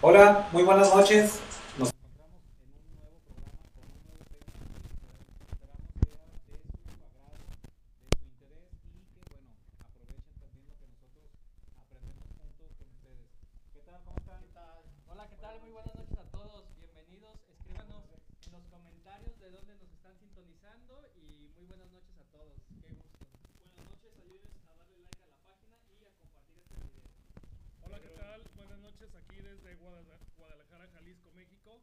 Hola, muy buenas noches. Nos encontramos en un nuevo programa con un nuevo tema que esperamos sea de su agrado, de su interés y que, bueno, aprovechen también lo que nosotros aprendemos juntos con ustedes. ¿Qué tal? ¿Cómo están? ¿Qué tal? Hola, ¿qué tal? Muy buenas noches a todos. Bienvenidos. Escríbanos en los comentarios de dónde nos están sintonizando y muy buenas noches a todos. Qué gusto. Buenas noches, ayúdenos a darle like a la página y a compartir este video. Hola, ¿qué tal? Buenas noches aquí desde Guadala- Guadalajara, Jalisco, México.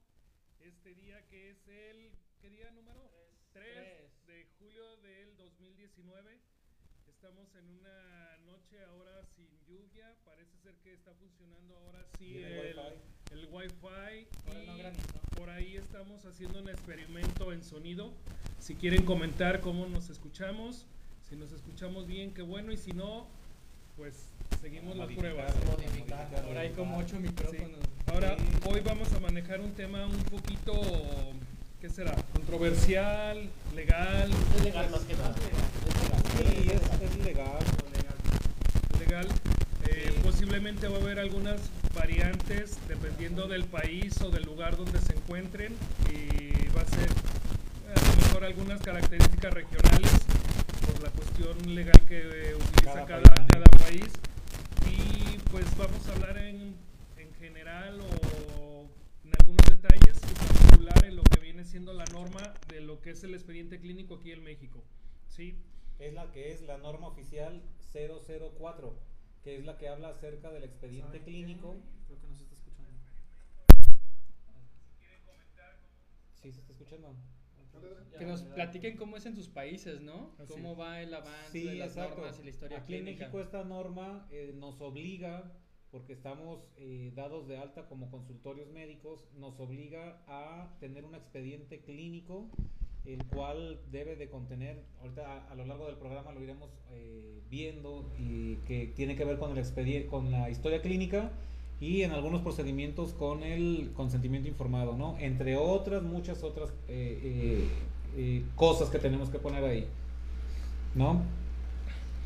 Este día que es el, ¿qué día número? 3 Tres. de julio del 2019. Estamos en una noche ahora sin lluvia. Parece ser que está funcionando ahora sí Y el el, Wi-Fi. el Wi-Fi. Ahora no y granizo. por ahí estamos haciendo un experimento en sonido. Si quieren comentar cómo nos escuchamos, si nos escuchamos bien, qué bueno. Y si no, pues seguimos las pruebas. Modificar, Ahora hay como modificar. ocho micrófonos. Ahora, hoy vamos a manejar un tema un poquito, ¿qué será? Controversial, legal, Es legal más que nada. Sí, es, es legal. legal. Eh, Posiblemente va a haber algunas variantes dependiendo del país o del lugar donde se encuentren y va a ser eh, a lo mejor algunas características regionales por la cuestión legal que eh, utiliza Cada cada, país. cada país. Y pues vamos a hablar en, en general o en algunos detalles, en particular en lo que viene siendo la norma de lo que es el expediente clínico aquí en México. ¿Sí? Es la que es la norma oficial 004, que es la que habla acerca del expediente clínico. Creo que nos está escuchando. Sí, se está escuchando. Que nos platiquen cómo es en sus países, ¿no? Así cómo es. va el avance Sí, de las exacto. normas y la historia Aquí en clínica. México esta norma eh, nos obliga, porque estamos eh, dados de alta como consultorios médicos, nos obliga a tener un expediente clínico, el cual debe de contener, ahorita a, a lo largo del programa lo iremos eh, viendo, y que tiene que ver con, el expediente, con la historia clínica y en algunos procedimientos con el consentimiento informado, ¿no? Entre otras, muchas otras eh, eh, eh, cosas que tenemos que poner ahí, ¿no?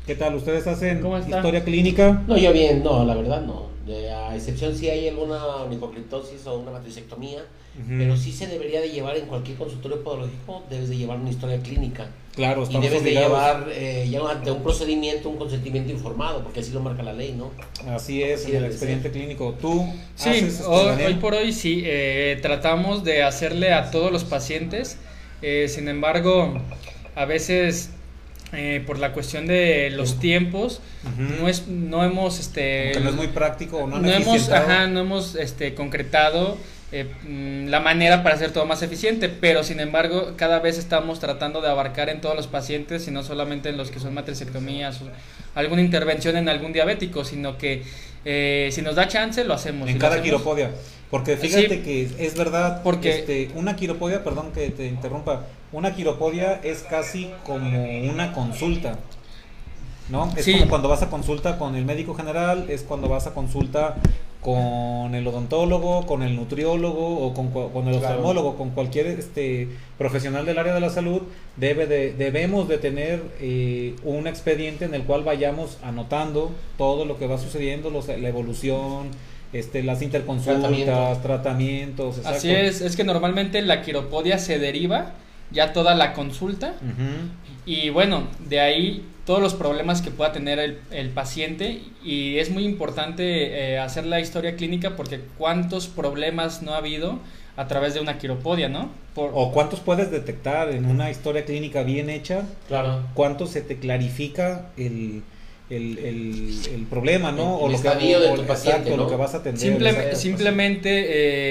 ¿Qué tal? ¿Ustedes hacen ¿Cómo está? historia clínica? No, yo bien, no, la verdad no. De- a excepción si hay alguna onicoclitosis o una matricectomía, Mm. pero sí se debería de llevar en cualquier consultorio podológico, debes de llevar una historia clínica. Claro, Y estamos debes de obligados. llevar eh, ya ante un procedimiento, un consentimiento informado, porque así lo marca la ley, ¿no? Así es, Así en el debe de expediente clínico. Tú Sí, haces, este, hoy, Daniel? hoy por hoy sí, eh, tratamos de hacerle a todos los pacientes, eh, sin embargo, a veces eh, por la cuestión de los tiempos, Ujú. no, es, no hemos... Este, Como que no es muy práctico o no, han no hemos, eficientado. ajá, no hemos este, concretado eh, mm, la manera para hacer todo más eficiente, pero sin embargo cada vez estamos tratando de abarcar en todos los pacientes y no solamente en los que son matricectomías o alguna intervención en algún diabético, sino que eh, si nos da chance lo hacemos. En Si lo cada hacemos- quiropodia. Porque fíjate Sí. que es verdad, Porque- este, una quiropodia, perdón que te interrumpa, una quiropodia es casi como una consulta. ¿No? Es Sí. como cuando vas a consulta con el médico general, es cuando vas a consulta con el odontólogo, con el nutriólogo o con, cua- con el oftalmólogo, con cualquier este profesional del área de la salud, debe de, debemos de tener eh, un expediente en el cual vayamos anotando todo lo que va sucediendo, los- la evolución, este, las interconsultas, Tratamientos. tratamientos, exacto. Así es, es que normalmente la quiropodia se deriva ya toda la consulta Ujú, Y bueno, de ahí todos los problemas que pueda tener el, el paciente y es muy importante eh, hacer la historia clínica porque cuántos problemas no ha habido a través de una quiropodia, ¿no? Por, O cuántos puedes detectar en una historia clínica bien hecha, Claro. cuánto se te clarifica el, el, el- el problema, ¿no? El- el que, estadio de o- tu exacto, paciente, lo ¿no? que vas a atender. Simple- exacto. pues simplemente,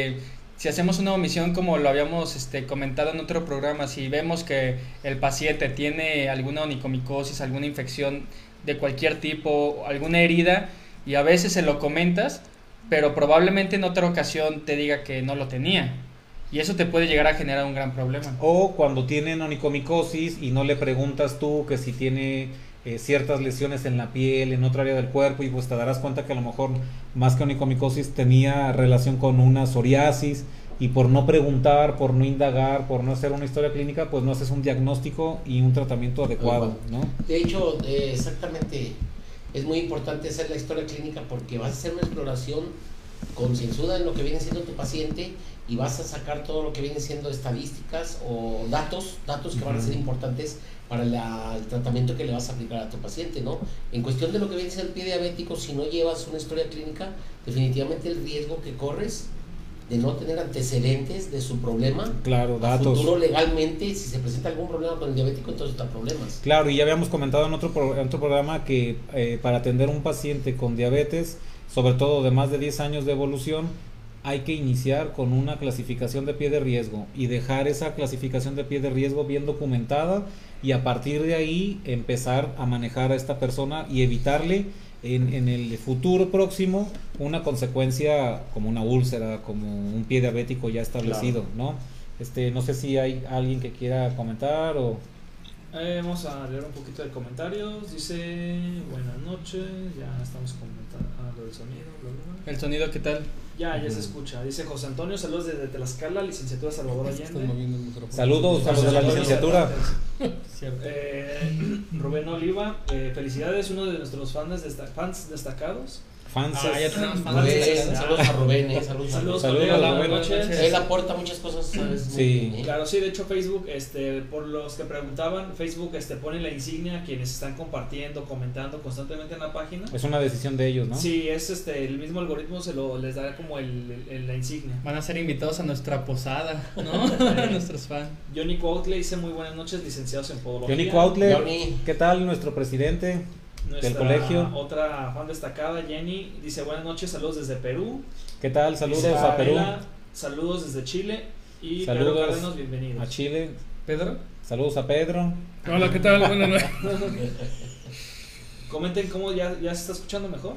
eh, si hacemos una omisión como lo habíamos este, comentado en otro programa, si vemos que el paciente tiene alguna onicomicosis, alguna infección de cualquier tipo, alguna herida, y a veces se lo comentas, pero probablemente en otra ocasión te diga que no lo tenía. Y eso te puede llegar a generar un gran problema. O cuando tienen onicomicosis y no le preguntas tú que si tiene eh, ciertas lesiones en la piel, en otra área del cuerpo, y pues te darás cuenta que a lo mejor más que onicomicosis tenía relación con una psoriasis. Y por no preguntar, por no indagar, por no hacer una historia clínica, pues no haces un diagnóstico y un tratamiento adecuado, ¿no? De hecho, eh, exactamente, es muy importante hacer la historia clínica porque vas a hacer una exploración concienzuda en lo que viene siendo tu paciente y vas a sacar todo lo que viene siendo estadísticas o datos, datos que van a ser importantes para la- el tratamiento que le vas a aplicar a tu paciente, ¿no? En cuestión de lo que viene siendo el pie diabético, si no llevas una historia clínica, definitivamente el riesgo que corres de no tener antecedentes de su problema, Claro, a datos. futuro legalmente, si se presenta algún problema con el diabético, entonces está problemas. Claro, y ya habíamos comentado en otro, pro- en otro programa que eh, para atender a un paciente con diabetes, sobre todo de más de 10 años de evolución, hay que iniciar con una clasificación de pie de riesgo y dejar esa clasificación de pie de riesgo bien documentada y a partir de ahí empezar a manejar a esta persona y evitarle en, en el futuro próximo una consecuencia como una úlcera, como un pie diabético ya establecido, ¿no? Este, no sé si hay alguien que quiera comentar o... Eh, vamos a leer un poquito de comentarios. Dice, buenas noches, ya estamos comentando ah, lo del sonido. bla, bla, bla. El sonido, ¿qué tal? Ya, ya se escucha. Dice José Antonio, saludos desde Tlaxcala, licenciatura Salvador Estás Allende. moviendo el micrófono. Saludos a los de la licenciatura. Eh, Rubén Oliva, eh, felicidades, uno de nuestros fans, desta- fans destacados. Fans. Ah, ya tenemos más Rubén, destacados. saludos a Rubén, eh, saludos, a Saludos, Rubén. Pues, Saludos, colega, hola, buenas buenas noches. noches. Él aporta muchas cosas, ¿sabes? Muy Sí. bien, ¿eh? Claro, sí, de hecho Facebook, este, por los que preguntaban, Facebook este, pone la insignia a quienes están compartiendo, comentando constantemente en la página. Es una decisión de ellos, Pues, ¿no? Sí, es este, el mismo algoritmo se lo les dará como el, el- el- la insignia. Van a ser invitados a nuestra posada, ¿no? Nuestros fans. Johnny Cuautle dice muy buenas noches, licenciados en podología. Johnny Cuautle, Johnny. ¿qué tal nuestro presidente? Nuestra del colegio. Otra fan destacada, Jenny, dice buenas noches, saludos desde Perú. ¿Qué tal? Saludos Dice a Perú, Pamela, Saludos desde Chile. Y Saludos Pedro Cárdenas, bienvenidos. a Chile. ¿Pedro? Saludos a Pedro. Hola, ¿qué tal? Bueno, no. Comenten cómo ya, ya se está escuchando mejor.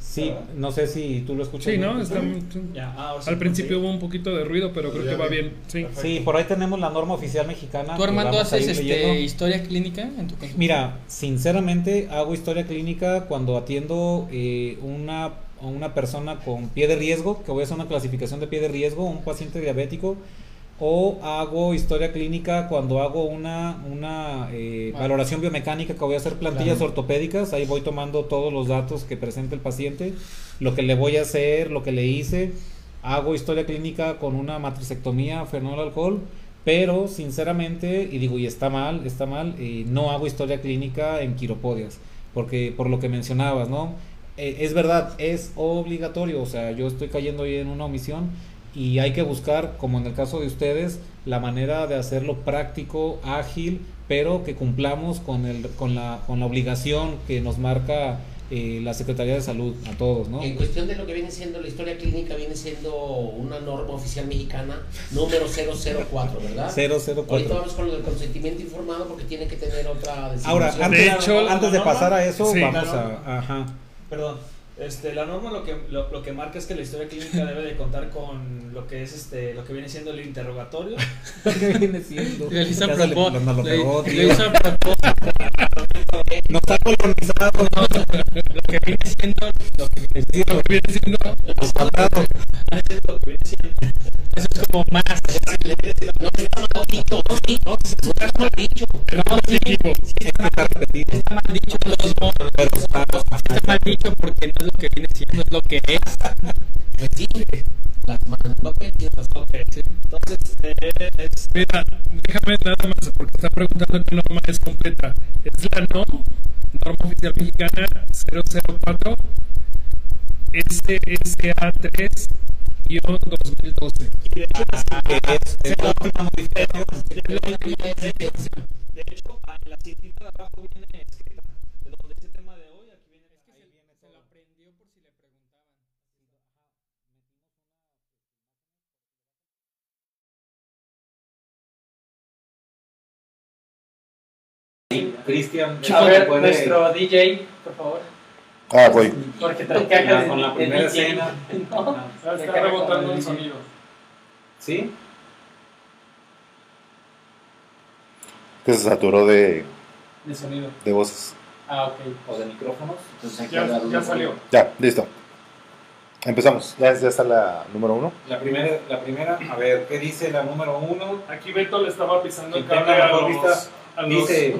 Sí, Ah. no sé si tú lo escuchas. Sí, ¿no? bien. Está- Ya, ah, ahora sí, al principio sí. hubo un poquito de ruido, pero creo que va bien. Sí. Sí, por ahí tenemos la norma oficial mexicana. ¿Tú, que Armando, Ah, pues vamos a ir haces este, leyendo. historia clínica en tu consulta? Mira, sinceramente hago historia clínica cuando atiendo eh, una, a una persona con pie de riesgo, que voy a hacer una clasificación de pie de riesgo, un paciente diabético, o hago historia clínica cuando hago una, una eh, Ah. valoración biomecánica, que voy a hacer plantillas Claro. ortopédicas, ahí voy tomando todos los datos que presenta el paciente, lo que le voy a hacer, lo que le hice, hago historia clínica con una matricectomía, fenol alcohol, pero sinceramente, y digo, y está mal, está mal, eh, no hago historia clínica en quiropodias, porque por lo que mencionabas, ¿no? Eh, es verdad, es obligatorio, o sea, yo estoy cayendo ahí en una omisión y hay que buscar, como en el caso de ustedes, la manera de hacerlo práctico, ágil, pero que cumplamos con, el, con, la, con la obligación que nos marca eh, la Secretaría de Salud a todos, ¿no? En cuestión de lo que viene siendo la historia clínica, viene siendo una norma oficial mexicana número 004, ¿verdad? 004. Ahorita vamos con lo del consentimiento informado porque tiene que tener otra designación. Ahora, an- antes, De hecho, antes de la pasar a norma- eso, Sí. vamos La norma. a... Ajá. Perdón. Este, la norma lo que, lo, lo que marca es que la historia clínica debe de contar con lo que es este lo que viene siendo el interrogatorio. ¿Qué viene siendo? Le hizo a Ya se le- propós- no lo le- pegó, le tío. hizo a propós- Nos ha colonizado, nos lo que viene siendo lo que viene siendo, lo que viene siendo, ha matado. lo que viene siendo eso es como más no está mal dicho no sí, está mal dicho de todos modos, Pero está- está mal dicho porque no es lo que viene siendo es lo que es Pues sí, las manos. no que tienes razón. Entonces, este, es, Mira, déjame nada más, porque están preguntando qué norma es completa. Es la NOM, norma oficial mexicana 004 SSA3 2012. y de hecho, es la última modificación. de hecho, ah, en la cintita de abajo viene escrita de donde ese tema de hoy, aquí viene Cristian, a ver este, nuestro DJ por favor Ah, voy. porque trae cajas con la de- de primera DJ. escena. No, trae Está cajas rebotando de el DJ. sonido. ¿Sí? Que se saturó de, de sonido de voces. ah ok O de micrófonos. Entonces hay que darle un- Ya, listo. Empezamos. Ya, ya está la número uno. La primera, la primera, a ver, ¿qué dice la número uno? Aquí Beto le estaba pisando Quien tenga mejor vista, dice,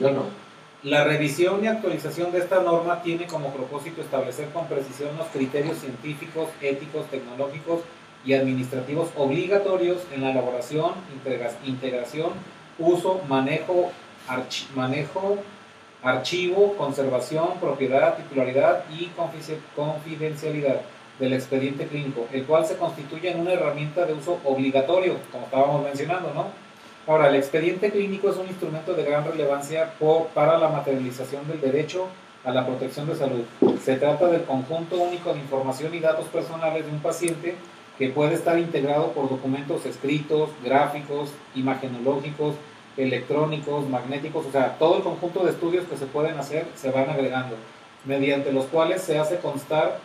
Yo no. La revisión y actualización de esta norma tiene como propósito establecer con precisión los criterios científicos, éticos, tecnológicos y administrativos obligatorios en la elaboración, integra- integración, uso, manejo, archi- manejo, archivo, conservación, propiedad, titularidad y confici- confidencialidad del expediente clínico, el cual se constituye en una herramienta de uso obligatorio, como estábamos mencionando, ¿no? Ahora, el expediente clínico es un instrumento de gran relevancia por- para la materialización del derecho a la protección de salud. Se trata del conjunto único de información y datos personales de un paciente que puede estar integrado por documentos escritos, gráficos, imagenológicos, electrónicos, magnéticos, o sea, todo el conjunto de estudios que se pueden hacer se van agregando, mediante los cuales se hace constar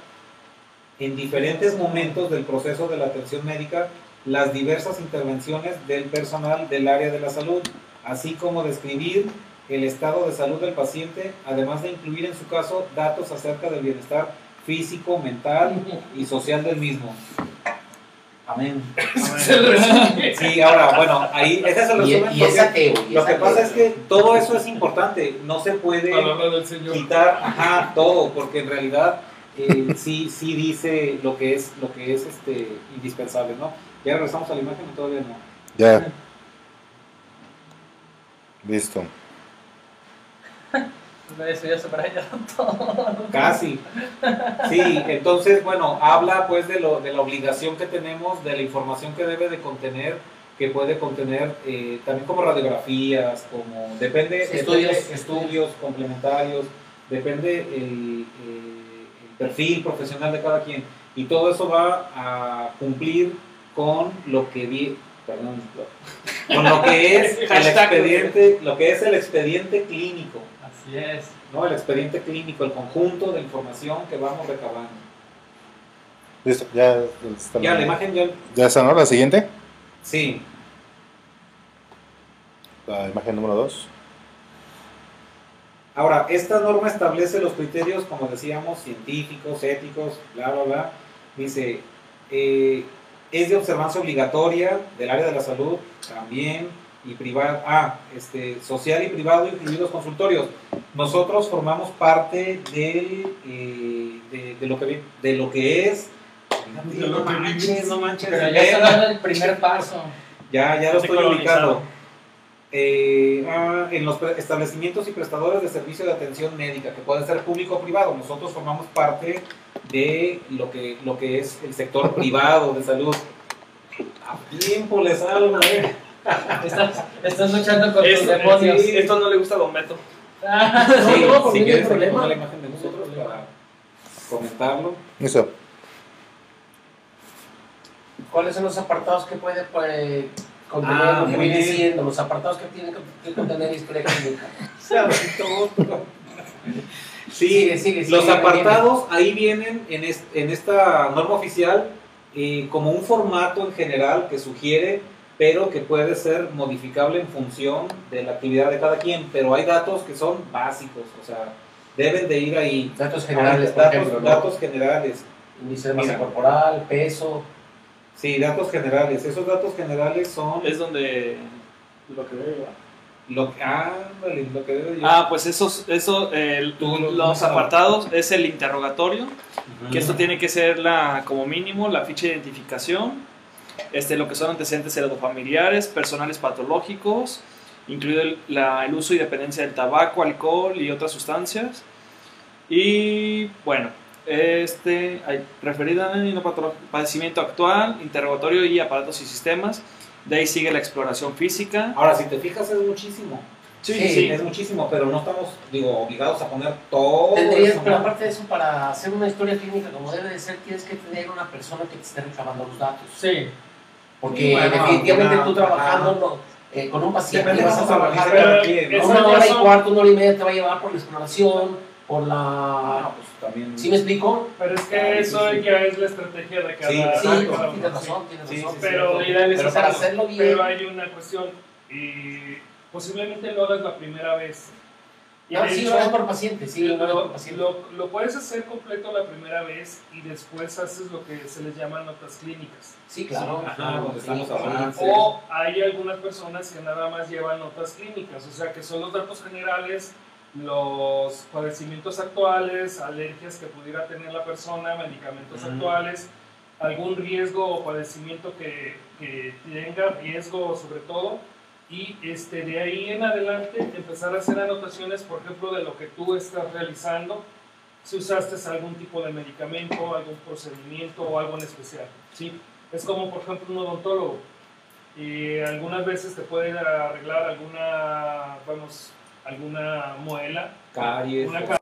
en diferentes momentos del proceso de la atención médica las diversas intervenciones del personal del área de la salud, así como describir el estado de salud del paciente, además de incluir en su caso datos acerca del bienestar físico, mental y social del mismo. Amén. Sí, ahora, bueno, ahí ese es el Y, resumen. y es porque ateo. y lo es que ateo. pasa es que todo eso es importante, no se puede Palabra del Señor. quitar ajá, todo, porque en realidad eh, sí, sí dice lo que es, lo que es este indispensable, ¿no? Ya regresamos a la imagen o todavía no. Ya. Listo. Eso ya se rayaron todo. Casi. Sí, entonces, bueno, habla pues de, lo, de la obligación que tenemos, de la información que debe de contener, que puede contener eh, también como radiografías, como depende Estudios. depende estudios complementarios, depende el, eh, el perfil profesional de cada quien. Y todo eso va a cumplir con lo que vi, perdón, lo- con lo que es el Hashtag. expediente, lo que es el expediente clínico. Así es. ¿no? El expediente clínico, el conjunto de información que vamos recabando. Listo. Ya está Ya, la imagen ya... ¿Ya está, ¿no? La siguiente. Sí, La imagen número 2. Ahora, esta norma establece los criterios, como decíamos, científicos, éticos, bla, bla, bla. Dice, eh, es de observancia obligatoria del área de la salud, también, y privada, ah, este, social y privado, incluidos consultorios. Nosotros formamos parte del, eh, de, de lo que, vi- de lo que es... De lo no que manches, vivimos. no manches. Pero ya está dando el primer paso. Ya, ya lo Se estoy colonizaron. ubicando. Eh, ah, en los pre- establecimientos y prestadores de servicio de atención médica, que puede ser público o privado. Nosotros formamos parte de lo que, lo que es el sector privado de salud. A tiempo les salgo, eh. Estás, estás luchando con tus Esto, demonios. sí, esto no le gusta a Don Beto. Ah, Sí, no, no, por si mí no hay quieres, aquí pongo problema. la imagen de nosotros para comentarlo. Listo. ¿Cuáles son los apartados que puede pues, contener Ah, lo que muy viene bien. siendo? Los apartados que tienen que, que contener la historia clínica. Sí, Sigue, sigue, sigue, Los viene. apartados ahí vienen en, es- en esta norma oficial eh, como un formato en general que sugiere, pero que puede ser modificable en función de la actividad de cada quien. Pero hay datos que son básicos, o sea, deben de ir ahí. Datos generales, por datos, ejemplo, ¿no? datos generales. Índice de masa Mira. corporal, peso. Sí, datos generales. Esos datos generales son Es donde lo que veo. ¿verdad? lo que, ándale, lo que debe de- Ah, pues esos, eso, el- Tú lo- los tú lo- apartados es el interrogatorio, Ujú. que esto tiene que ser la, como mínimo, la ficha de identificación, este, lo que son antecedentes heredofamiliares, personales patológicos, incluido el, la- el uso y dependencia del tabaco, alcohol y otras sustancias. Y bueno, este, hay referida en el patolo- padecimiento actual, interrogatorio y aparatos y sistemas. De ahí sigue la exploración física. Ahora, si te fijas, es muchísimo. Sí, Sí, sí. Es muchísimo, pero no estamos, digo, obligados a poner todo. Tendrías, eso, pero ¿no? aparte de eso, para hacer una historia clínica como debe de ser, tienes que tener una persona que te esté recabando los datos. Sí. Porque Bueno, definitivamente claro, tú trabajando no, eh, con un paciente vas a trabajar pero- ¿no? Eso una ya hora y son- cuarto, una hora y media te va a llevar por la exploración, por la... Ah, pues también. ¿Sí me explico? Pero es Ah, que eso sí, sí. ya es la estrategia de cada, Sí, Sí, de exacto. cada uno, tienes sí. razón, tienes Sí, sí, razón. sí. Pero lo ideal es Pero para hacerlo. hacerlo bien- Pero hay una cuestión y posiblemente lo hagas la primera vez. Y No, de Ah, sí, hecho, lo hago por paciente, sí, lo hago por lo, paciente. lo- lo puedes hacer completo la primera vez y después haces lo que se les llama notas clínicas. Sí, claro. Ajá, claro, donde pues, sí, están los claro. avances. O hay algunas personas que nada más llevan notas clínicas, o sea que son los datos generales los padecimientos actuales, alergias que pudiera tener la persona, medicamentos Ujú. actuales, algún riesgo o padecimiento que, que tenga, riesgo sobre todo, y este, de ahí en adelante empezar a hacer anotaciones, por ejemplo, de lo que tú estás realizando, si usaste algún tipo de medicamento, algún procedimiento o algo en especial. ¿sí? Es como, por ejemplo, un odontólogo. Y algunas veces te pueden arreglar alguna, vamos, alguna muela, Caries. una o- ca-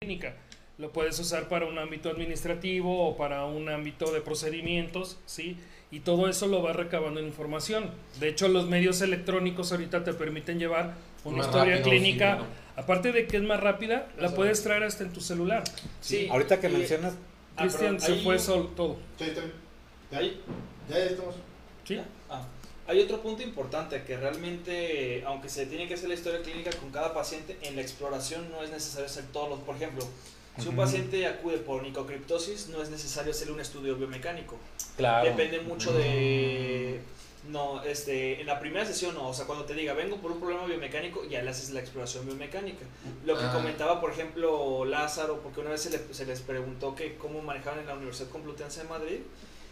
clínica. Lo puedes usar para un ámbito administrativo o para un ámbito de procedimientos, ¿sí? Y todo eso lo va recabando en información. De hecho, los medios electrónicos ahorita te permiten llevar una Más historia rápido, sí, clínica. claro. Aparte de que es más rápida, la puedes traer hasta en tu celular. Ah, Sí. Ahorita que y- mencionas, Ah, Cristian perdón, se ahí- fue solo todo. Sí, está bien. ¿De ahí? Ya, ya estamos. ¿sí? Ah, hay otro punto importante que realmente, aunque se tiene que hacer la historia clínica con cada paciente, en la exploración no es necesario hacer todos los. Por ejemplo, si un Ujú. paciente acude por nicocriptosis, no es necesario hacer un estudio biomecánico. Claro. Depende mucho de. No, este, en la primera sesión no, o sea, cuando te diga vengo por un problema biomecánico, ya le haces la exploración biomecánica. Lo que Ah. comentaba, por ejemplo, Lázaro, porque una vez se, le- se les preguntó que cómo manejaban en la Universidad Complutense de Madrid,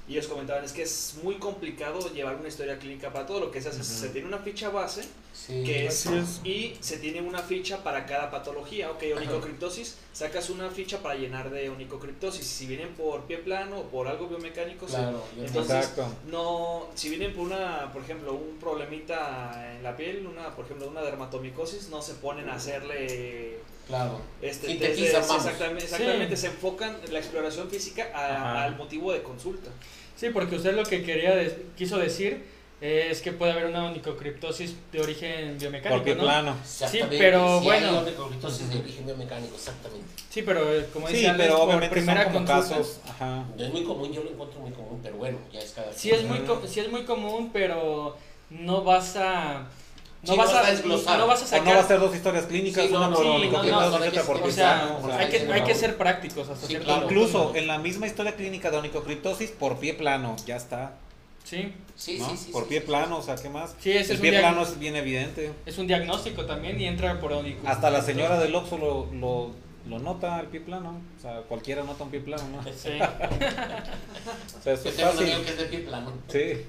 y ellos comentaban, es que es muy complicado llevar una historia clínica para todo lo que se hace. Se tiene una ficha base, Sí. que es, Así es. y se tiene una ficha para cada patología. Ok, onicocriptosis, sacas una ficha para llenar de onicocriptosis. Si vienen por pie plano o por algo biomecánico, se- Claro, ya Entonces, exacto. no, si vienen por una, por ejemplo, un problemita en la piel, una, por ejemplo, una dermatomicosis, no se ponen a hacerle claro. este test de- Sintetiza, vamos. exactamente, exactamente, se enfocan en la exploración física a- Ajá. al motivo de consulta. Sí, porque usted lo que quería de- quiso decir es que puede haber una onicocriptosis de origen biomecánico, Porque ¿no? plano. Exactamente. pero Si bueno. hay una necrocriptosis de origen biomecánico, exactamente. Sí, pero eh, como Sí, decía Alex, pero por obviamente son primera como consulta- casos. Ajá. Es muy común, yo lo encuentro muy común, pero bueno, ya es cada Sí es muy, co- sí es muy común, pero no vas a... No, Sí, vas, no vas a, a desglosar. no vas a O no va a sacar... ser dos historias clínicas, Sí, no, una no, por sí, no, onicocriptosis no, y otra por o o pie sea, plano, o sea, hay, que, sí, hay que claro. ser prácticos hasta Sí, cierto claro. punto. Incluso en la misma historia clínica de onicocriptosis por pie plano, ya está. Sí, Sí, ¿no? sí, sí. por sí, pie sí. plano, o sea, ¿qué más? sí, ese el es pie un, diag- plano es bien evidente. es un diagnóstico también y entra por onicocriptosis. Hasta la señora del Oxxo lo, lo, lo nota el pie plano. O sea, cualquiera nota un pie plano, ¿no? Sí. O sea, eso Yo es tengo un fácil. amigo que es de pie plano. Sí,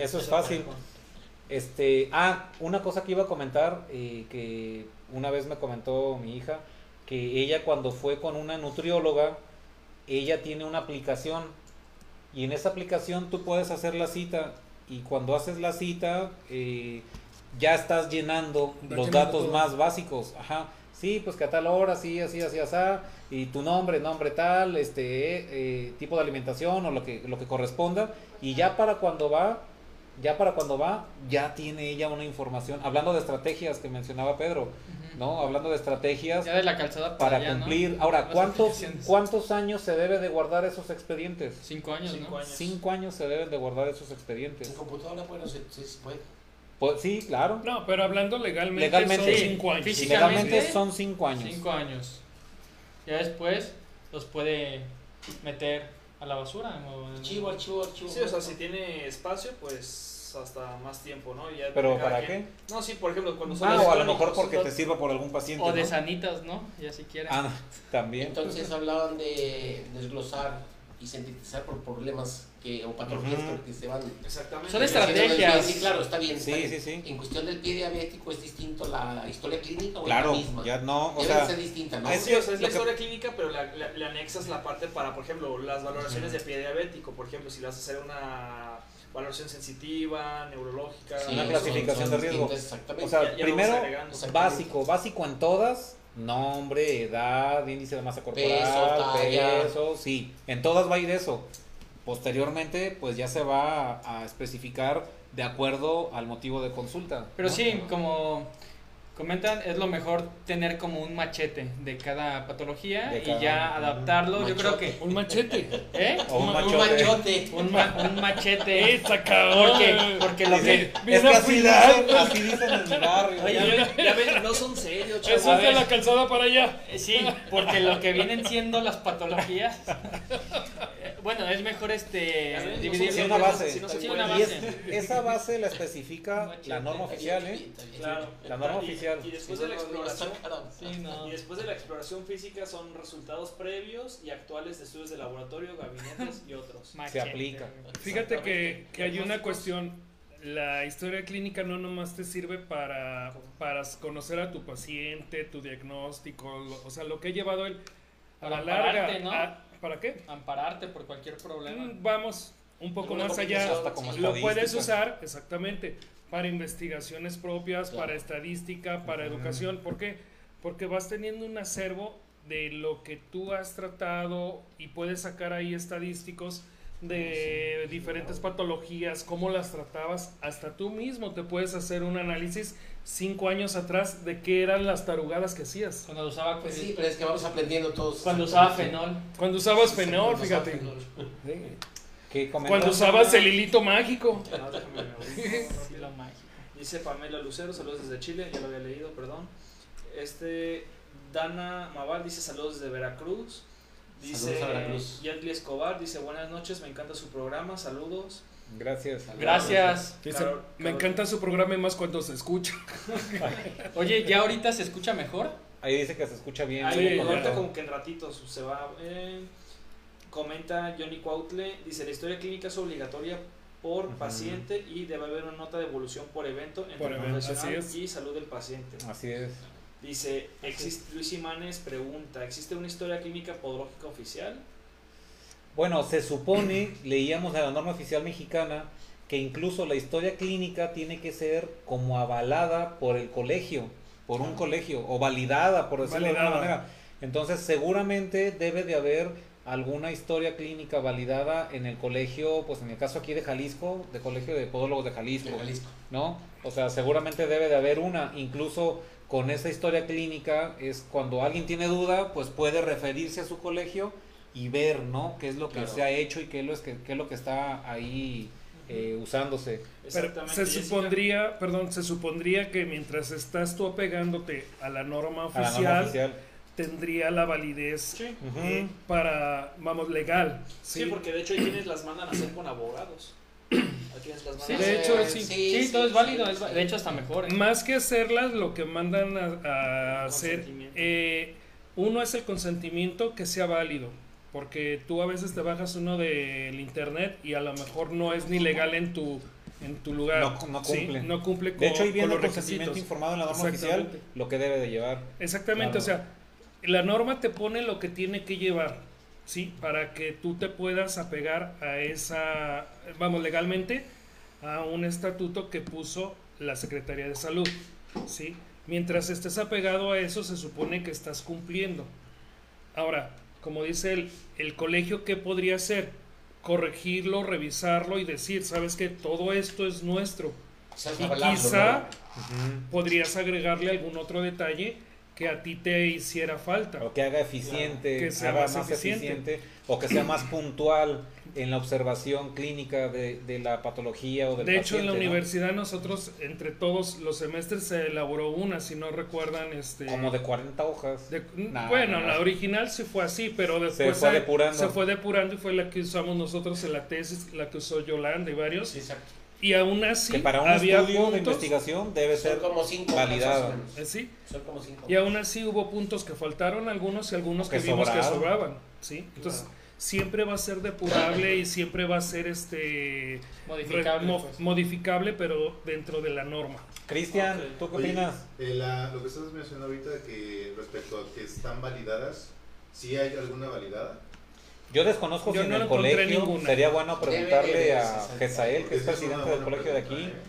eso es fácil. Este, ah, una cosa que iba a comentar, eh, que una vez me comentó mi hija, que ella cuando fue con una nutrióloga, ella tiene una aplicación y en esa aplicación tú puedes hacer la cita y cuando haces la cita eh, ya estás llenando Va los llenando datos todo. más básicos. Ajá. Sí, pues que a tal hora, sí, así, así, así, y tu nombre, nombre tal, este, eh, tipo de alimentación o lo que, lo que corresponda. Y ya para cuando va, ya para cuando va, ya tiene ella una información. Hablando de estrategias que mencionaba Pedro, Ujú. ¿no? Hablando de estrategias Ya de la calzada para, para allá, ¿no? cumplir. Ahora, Las ¿cuántos, aplicaciones. ¿cuántos años se debe de guardar esos expedientes? Cinco años, ¿no? Cinco años. Cinco años se deben de guardar esos expedientes. En computadora, bueno, sí, sí se puede. Pues, sí, claro. No, pero hablando legalmente, Legalmente, son cinco años. física- Legalmente físicamente, son cinco años. Cinco años. Ya después los puede meter a la basura. o- Archivo, archivo, archivo. Sí, o sea, si tiene espacio, pues hasta más tiempo, ¿no? Ya ¿Pero cada para quien- qué? No, sí, por ejemplo, cuando son Ah, los o a lo crónicos, mejor porque son- te sirva por algún paciente. O de ¿no? sanitas, ¿no? Ya si quieren. Ah, también. Entonces hablaban de desglosar y sintetizar por problemas que, o patologías Ujú. que se van. Exactamente. Son estrategias. Sí, claro, está bien. está Sí, bien. sí, sí. En cuestión del pie diabético es distinto la historia clínica o Claro, la misma. ya no, o Debe sea, ser distinta, ¿no? es- Sí, o sea, es Lo la que- historia clínica, pero la- la- le anexas la parte para, por ejemplo, las valoraciones de pie diabético. Por ejemplo, si le vas a hacer una valoración sensitiva, neurológica. Sí, una son- son clasificación de riesgo. distintas, Exactamente. o sea, ya- ya lo primero, vamos agregando. Exactamente. básico, básico en todas, nombre, edad, índice de masa corporal, Peso, talla. peso, sí, en todas va a ir eso. Posteriormente, pues ya se va a, a especificar de acuerdo al motivo de consulta. Pero ¿no? sí, como, Comentan, es lo mejor tener como un machete de cada patología De y cada- ya adaptarlo. Yo creo que. Un machete. ¿Eh? O un Un machote. machote. Un, ma- un machete. Esa cabrón. Porque, porque lo que. Es Bien que así afilado. dicen, así dicen en mi barrio. Ya ven, ya ven, no son serios, chavos. Eso es de ver. la calzada para allá. Eh, Sí, porque lo que vienen siendo las patologías. eh, Bueno, es mejor Ya ven, este. no dividir. son Sí, serios, una una base. sí, no se Sí, puede. una Y base. es- esa base la especifica la norma oficial, ¿eh? Claro. La norma Y- oficial. Y después de la exploración, Sí, no. y después de la exploración física son resultados previos y actuales de estudios de laboratorio, gabinetes y otros. Machete. aplica. Fíjate que, Exactamente. que hay una Diagnósticos. cuestión. La historia clínica no nomás te sirve para, para conocer a tu paciente, tu diagnóstico, lo- o sea, lo que ha llevado él a la Para larga. pararte, ¿no? a- ¿Para qué? Ampararte por cualquier problema. Mm, Vamos un poco Una más allá. combinación. Hasta como Lo puedes estadística. usar, exactamente, para investigaciones propias, Claro. para estadística, para educación. ¿Por qué? Porque vas teniendo un acervo de lo que tú has tratado y puedes sacar ahí estadísticos de diferentes patologías, cómo las tratabas, hasta tú mismo te puedes hacer un análisis cinco años atrás de qué eran las tarugadas que hacías. Cuando usaba. Pues sí, pero es que vamos aprendiendo todos. Cuando usaba fenol. Cuando usabas Cuando fenol, usaba fíjate. fenol. Que Cuando comentó- usabas el hilito mágico. Ah, déjame ver. Lo mágico. Dice Pamela Lucero, saludos desde Chile, ya lo había leído, perdón. Este Dana Maval dice saludos desde Veracruz. Dice Saludos a Veracruz. Yatli Escobar, dice buenas noches, me encanta su programa, saludos. Gracias. Gracias. Dice, Claro, me claro. encanta su programa y más cuando se escucha. Oye, ¿ya ahorita se escucha mejor? Ahí dice que se escucha bien. Ahí, Sí, ahorita comentó. como que en ratitos se va. eh, comenta Johnny Cuautle, dice la historia clínica es obligatoria por paciente y debe haber una nota de evolución por evento entre Por evento, profesional así es. y salud del paciente. Así es. Dice, existe, Luis Imanes pregunta, ¿existe una historia clínica podológica oficial? Bueno, se supone, leíamos en la norma oficial mexicana, que incluso la historia clínica tiene que ser como avalada por el colegio, por Ah. un colegio, o validada, por decirlo de alguna Validada. manera. Entonces, seguramente debe de haber alguna historia clínica validada en el colegio, pues en el caso aquí de Jalisco, de Colegio de Podólogos de Jalisco, De Jalisco. ¿no? O sea, seguramente debe de haber una, incluso con esa historia clínica es cuando alguien tiene duda, pues puede referirse a su colegio y ver, ¿no? Qué es lo que Claro. se ha hecho y qué es lo que, qué es lo que está ahí eh, usándose. Pero Exactamente. se Jessica. supondría, perdón, se supondría que mientras estás tú apegándote a la norma A la oficial, norma oficial. tendría la validez Sí. Ujú. eh, para, vamos, legal. Sí, porque de hecho hay quienes las mandan a hacer con abogados. Hay quienes las mandan Sí, a hacer. de hecho, sí. Sí, todo es válido. es va- de hecho, hasta mejor. ¿eh? Más que hacerlas, lo que mandan a, a hacer, Consentimiento. eh, uno es el consentimiento que sea válido, porque tú a veces te bajas uno del internet y a lo mejor no es ni legal en tu en tu lugar. No- no ¿sí? cumple. No cumple con, De hecho, ahí viene con el los consentimiento requisitos. informado en la norma oficial, Exactamente. lo que debe de llevar. Exactamente, Claro. o sea, la norma te pone lo que tiene que llevar, ¿sí? Para que tú te puedas apegar a esa, vamos, legalmente, a un estatuto que puso la Secretaría de Salud, ¿sí? Mientras estés apegado a eso, se supone que estás cumpliendo. Ahora, como dice él, el colegio, ¿qué podría hacer? Corregirlo, revisarlo y decir, ¿sabes que Todo esto es nuestro. Y quizá podrías agregarle algún otro detalle que a ti te hiciera falta. O que haga eficiente, Que sea haga más más, eficiente. eficiente. o que sea más puntual en la observación clínica de, de la patología o del De hecho, en la paciente, ¿no? universidad nosotros, entre todos los semestres, se elaboró una, si no recuerdan, este... Como de 40 hojas. de- Nah, bueno, nah. la original sí fue así, pero después fue depurando. se fue depurando y fue la que usamos nosotros en la tesis, la que usó Yolanda y varios. Sí, exacto. Y aún así que para un había estudio de puntos- investigación debe Son ser como cinco. validado. más o menos. eh, sí, Son como cinco. Y aún así hubo puntos que faltaron algunos y algunos que, Que vimos que sobraron. sobraban, ¿sí? Entonces, siempre va a ser depurable y siempre va a ser este re- Modificable. mo- pues. modificable, pero dentro de la norma. Cristian, Ok. ¿tú qué Oye, opinas? eh, la- lo que estás mencionando ahorita que respecto a que están validadas, ¿sí hay alguna validada? Yo desconozco Yo si no en el encontré colegio ninguna. sería bueno preguntarle Debe de a ser. Gesael, que Porque es esa una presidente del buena colegio de aquí. pregunta,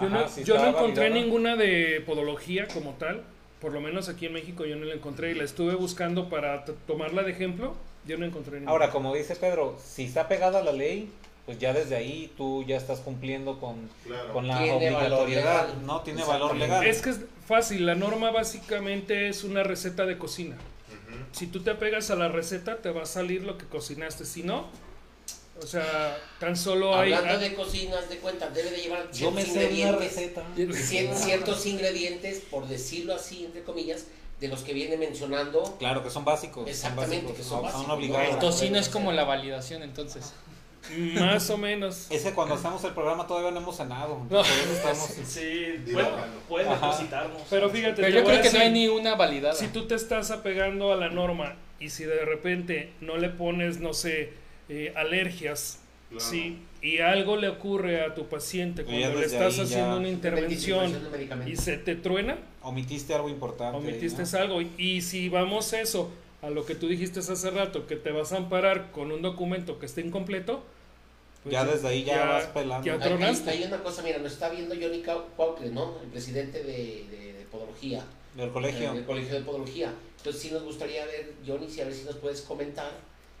Yo Ajá, no, si yo no está encontré validada. ninguna de podología como tal, por lo menos aquí en México yo no la encontré y la estuve buscando para t- tomarla de ejemplo, yo no encontré ninguna. Ahora, como dice Pedro, si está pegada a la ley, pues ya desde ahí tú ya estás cumpliendo con, Claro. con la Tiene valor obligatoriedad, legal. ¿no? Tiene valor legal. Es que es fácil, la norma básicamente es una receta de cocina. Ujú. Si tú te apegas a la receta, te va a salir lo que cocinaste. Si no, o sea, tan solo hay. Hablando de cocinas, de cuentas, debe de llevar Yo me ciertos sé una ingredientes, receta. cien- ciertos ingredientes, por decirlo así, entre comillas, de los que viene mencionando. Claro, que son básicos. Exactamente, son básicos, que son básicos, ¿no? obligados. El tocino es como la validación, entonces. Más o menos. Es que cuando estamos el programa todavía no hemos cenado. Por eso estamos. Sí, Digo, bueno, bueno. pueden Ajá. depositarnos. Pero fíjate, Pero te yo voy a creo que no hay ni decir, una validada. si tú te estás apegando a la norma y si de repente no le pones, no sé, eh, alergias, Claro. sí, y algo le ocurre a tu paciente Yo cuando ya le desde estás ahí ya- haciendo una Distribución intervención de medicamentos. y se te truena, Omitiste algo importante. ahí, omitiste ¿no? algo. Y si vamos eso a lo que tú dijiste hace rato, que te vas a amparar con un documento que esté incompleto, pues Ya desde ahí ya vas pelando. ya Hay, hay- tronaste. hay una cosa, mira, nos está viendo Johnny Cau- Cuautle, ¿no? El presidente de, de- de Podología, Del colegio. eh, del Colegio de Podología. Entonces sí nos gustaría ver, Johnny, si a ver si nos puedes comentar,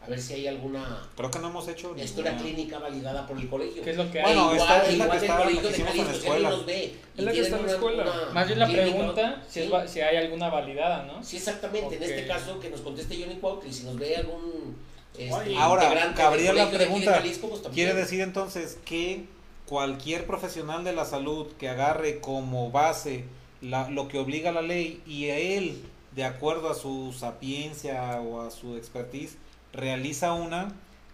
a ver si hay alguna Creo que no hemos hecho historia ninguna. clínica validada por el colegio. ¿Qué es lo que hay? Bueno, igual, esta- esta igual que el está- colegio que de hicimos en la Jalisco, si escuela. alguien nos ve. y Es la que tienen está en la una- escuela. una Más bien la clínica, pregunta si, es sí. va- si hay alguna validada, ¿no? Sí, exactamente. En este Ok. caso, que nos conteste Johnny Cuautle, y si nos ve algún este, Ahora, integrante del cabría la colegio de aquí de pregunta. Jalisco, pues también. Quiere decir entonces que cualquier profesional de la salud que agarre como base la- lo que obliga la ley y a él, de acuerdo a su sapiencia o a su expertise, realiza una,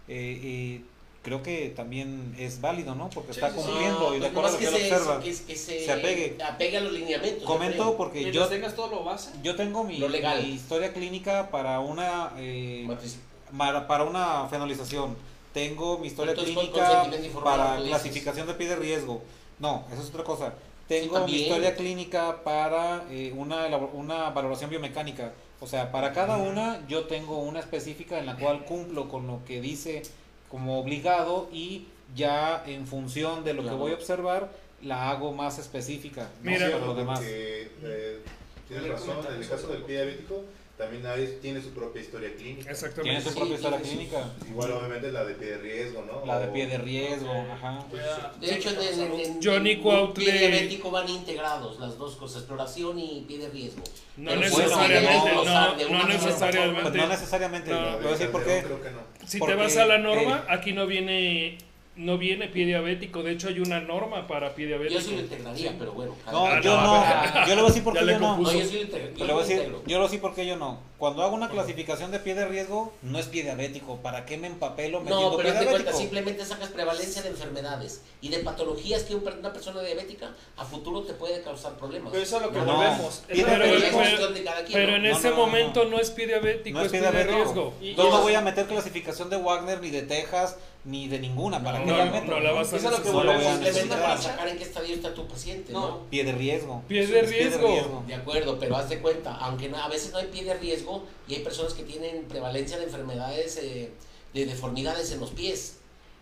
eh, eh, creo que también es válido, ¿no? Porque está Sí, sí, sí. cumpliendo y de Pues acuerdo a nomás lo que él se- observa. que- que se apegue. apegue a los lineamientos. Comento porque Mientras yo, tengas todo lo base, yo tengo mi, Lo legal. mi historia clínica para una... yo eh, creo. Matriz- Mar- para una fenolización. Tengo mi historia Entonces, con clínica consentimiento informado, para tú dices. clasificación de pie de riesgo. No, eso es otra cosa. Tengo mi también. historia clínica para eh, una, elabo- una valoración biomecánica. O sea, para cada una yo tengo una específica en la cual cumplo con lo que dice como obligado y ya en función de lo Claro. que voy a observar la hago más específica. no Mira. sé, por lo demás. Porque, eh, tienes Voy a razón, comentar en el eso. caso del pie diabético también hay- tiene su propia historia clínica. Tiene Exactamente. su Sí, propia historia tiene su- clínica. Igual obviamente la de pie de riesgo, ¿no? La de O- pie de riesgo, ajá. voy a- De hecho, en, en, en- Johnny en un Cuautle. pie diabético van integrados las dos cosas, exploración y pie de riesgo. No Pero necesariamente, pueden no, gozar de no una misma necesariamente. Pues no necesariamente. No. Te La de voy a decir por qué. Calderón Creo que no. Si Porque, te vas a la norma, aquí no viene no viene pie diabético, de hecho hay una norma para pie forma. Yo sí lo diabético. integraría, pero bueno. cada No, quien. yo no. Yo le voy a decir por Ah, Ya qué le yo no. confuso. No, yo sí lo integro. Yo Yo le lo voy a decir, integro. yo lo sé por qué yo no. Cuando hago una clasificación de pie de riesgo, no es pie diabético. ¿Para qué me empapelo metiendo No, pero pie haz de cuenta, diabético? simplemente sacas prevalencia de enfermedades y de patologías que un per- una persona diabética a futuro te puede causar problemas. pero eso es lo que No. volvemos. Pide Pero- Pero el- ya es pero- cuestión de cada quien, Pero ¿no? en No, ese no, no, momento no. no. es pie diabético, No es pie de diabético. riesgo. Y- Yo y- no voy a meter clasificación de Wagner, ni de Texas, ni de ninguna. ¿Para No, qué no, la meto? no la vas Eso a es lo que necesitar. No lo voy a Simplemente necesitar. para sacar en qué estadio está tu paciente, ¿no? No. Pie de riesgo. Pie Es de un riesgo. De acuerdo, pero haz de cuenta, aunque no- a veces no hay pie de riesgo y hay personas que tienen prevalencia de enfermedades, eh, de deformidades en los pies.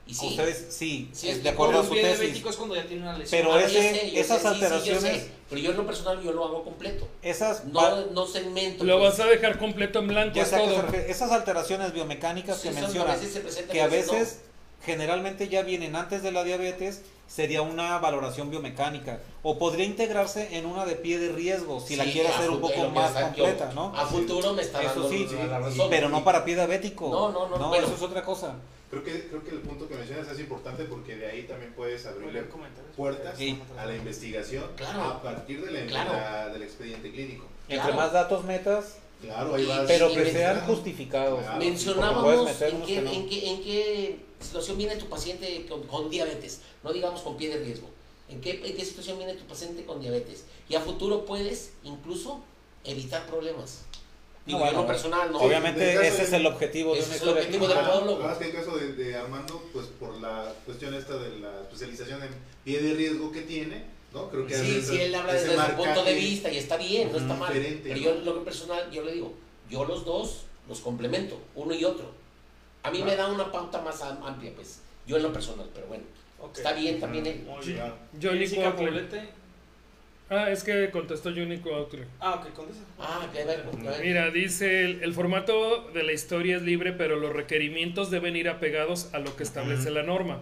Y sí, Ustedes sí, Sí, es es de que acuerdo a un su pie tesis. diabético es cuando ya tiene una lesión. Pero Ah, ese- yo sé, yo esas sé, sí, sí, yo alteraciones- sé, pero yo en lo personal yo lo hago completo. Esas No, no segmento. Lo pues. vas a dejar completo en blanco Ya es sé a qué se todo. refiere. Esas alteraciones biomecánicas Sí, que son- mencionas, veces se presentan, que a veces no. veces generalmente ya vienen antes de la diabetes, sería una valoración biomecánica. O podría integrarse en una de pie de riesgo, si la Sí, quiere a hacer un futuro, poco lo que más está- completa, yo- ¿no? A futuro me está Eso dando sí, la sí, razón. pero no para pie diabético. No, no, no, No, bueno. eso es otra cosa. Creo que, creo que el punto que mencionas es importante porque de ahí también puedes abrirle Volver a comentar eso. puertas Sí. a la investigación Claro. a partir de la, Claro. la- del expediente clínico. Entre Claro. más datos metas, Claro, ahí vas. pero sí, que sí, sean claro. justificados. Claro. Porque puedes Mencionábamos meter en unos qué, que no. en, qué, en qué situación viene tu paciente con, con diabetes, no digamos con pie de riesgo. ¿En qué, en qué situación viene tu paciente con diabetes? Y a futuro puedes incluso evitar problemas. Digo, No, yo en lo bueno, personal, no. Obviamente en el caso ese de- es el objetivo de Ese una es el historia objetivo clínica. de- Pablo. Lo que pasa es que el caso de, de Armando, pues por la cuestión esta de la especialización en pie de riesgo que tiene, ¿no? Creo que a Sí, veces sí, él habla ese desde su punto de marcaje- vista y está bien, no está mal. diferente, Pero ¿no? yo, en lo personal, yo le digo, yo los dos los complemento, uno y otro. A Ah. mí me da una pauta más am- amplia, pues. Yo en lo personal, pero bueno. Ok. Está bien también ¿eh? él. Muy Sí, bien. claro. Johnny Jessica Cuautle. Poblete, Ah, es que contestó Unico Outlet. Ah, ok, contesta. Ah, que ver, a ver. Mira, dice, el, el formato de la historia es libre, pero los requerimientos deben ir apegados a lo que establece la norma.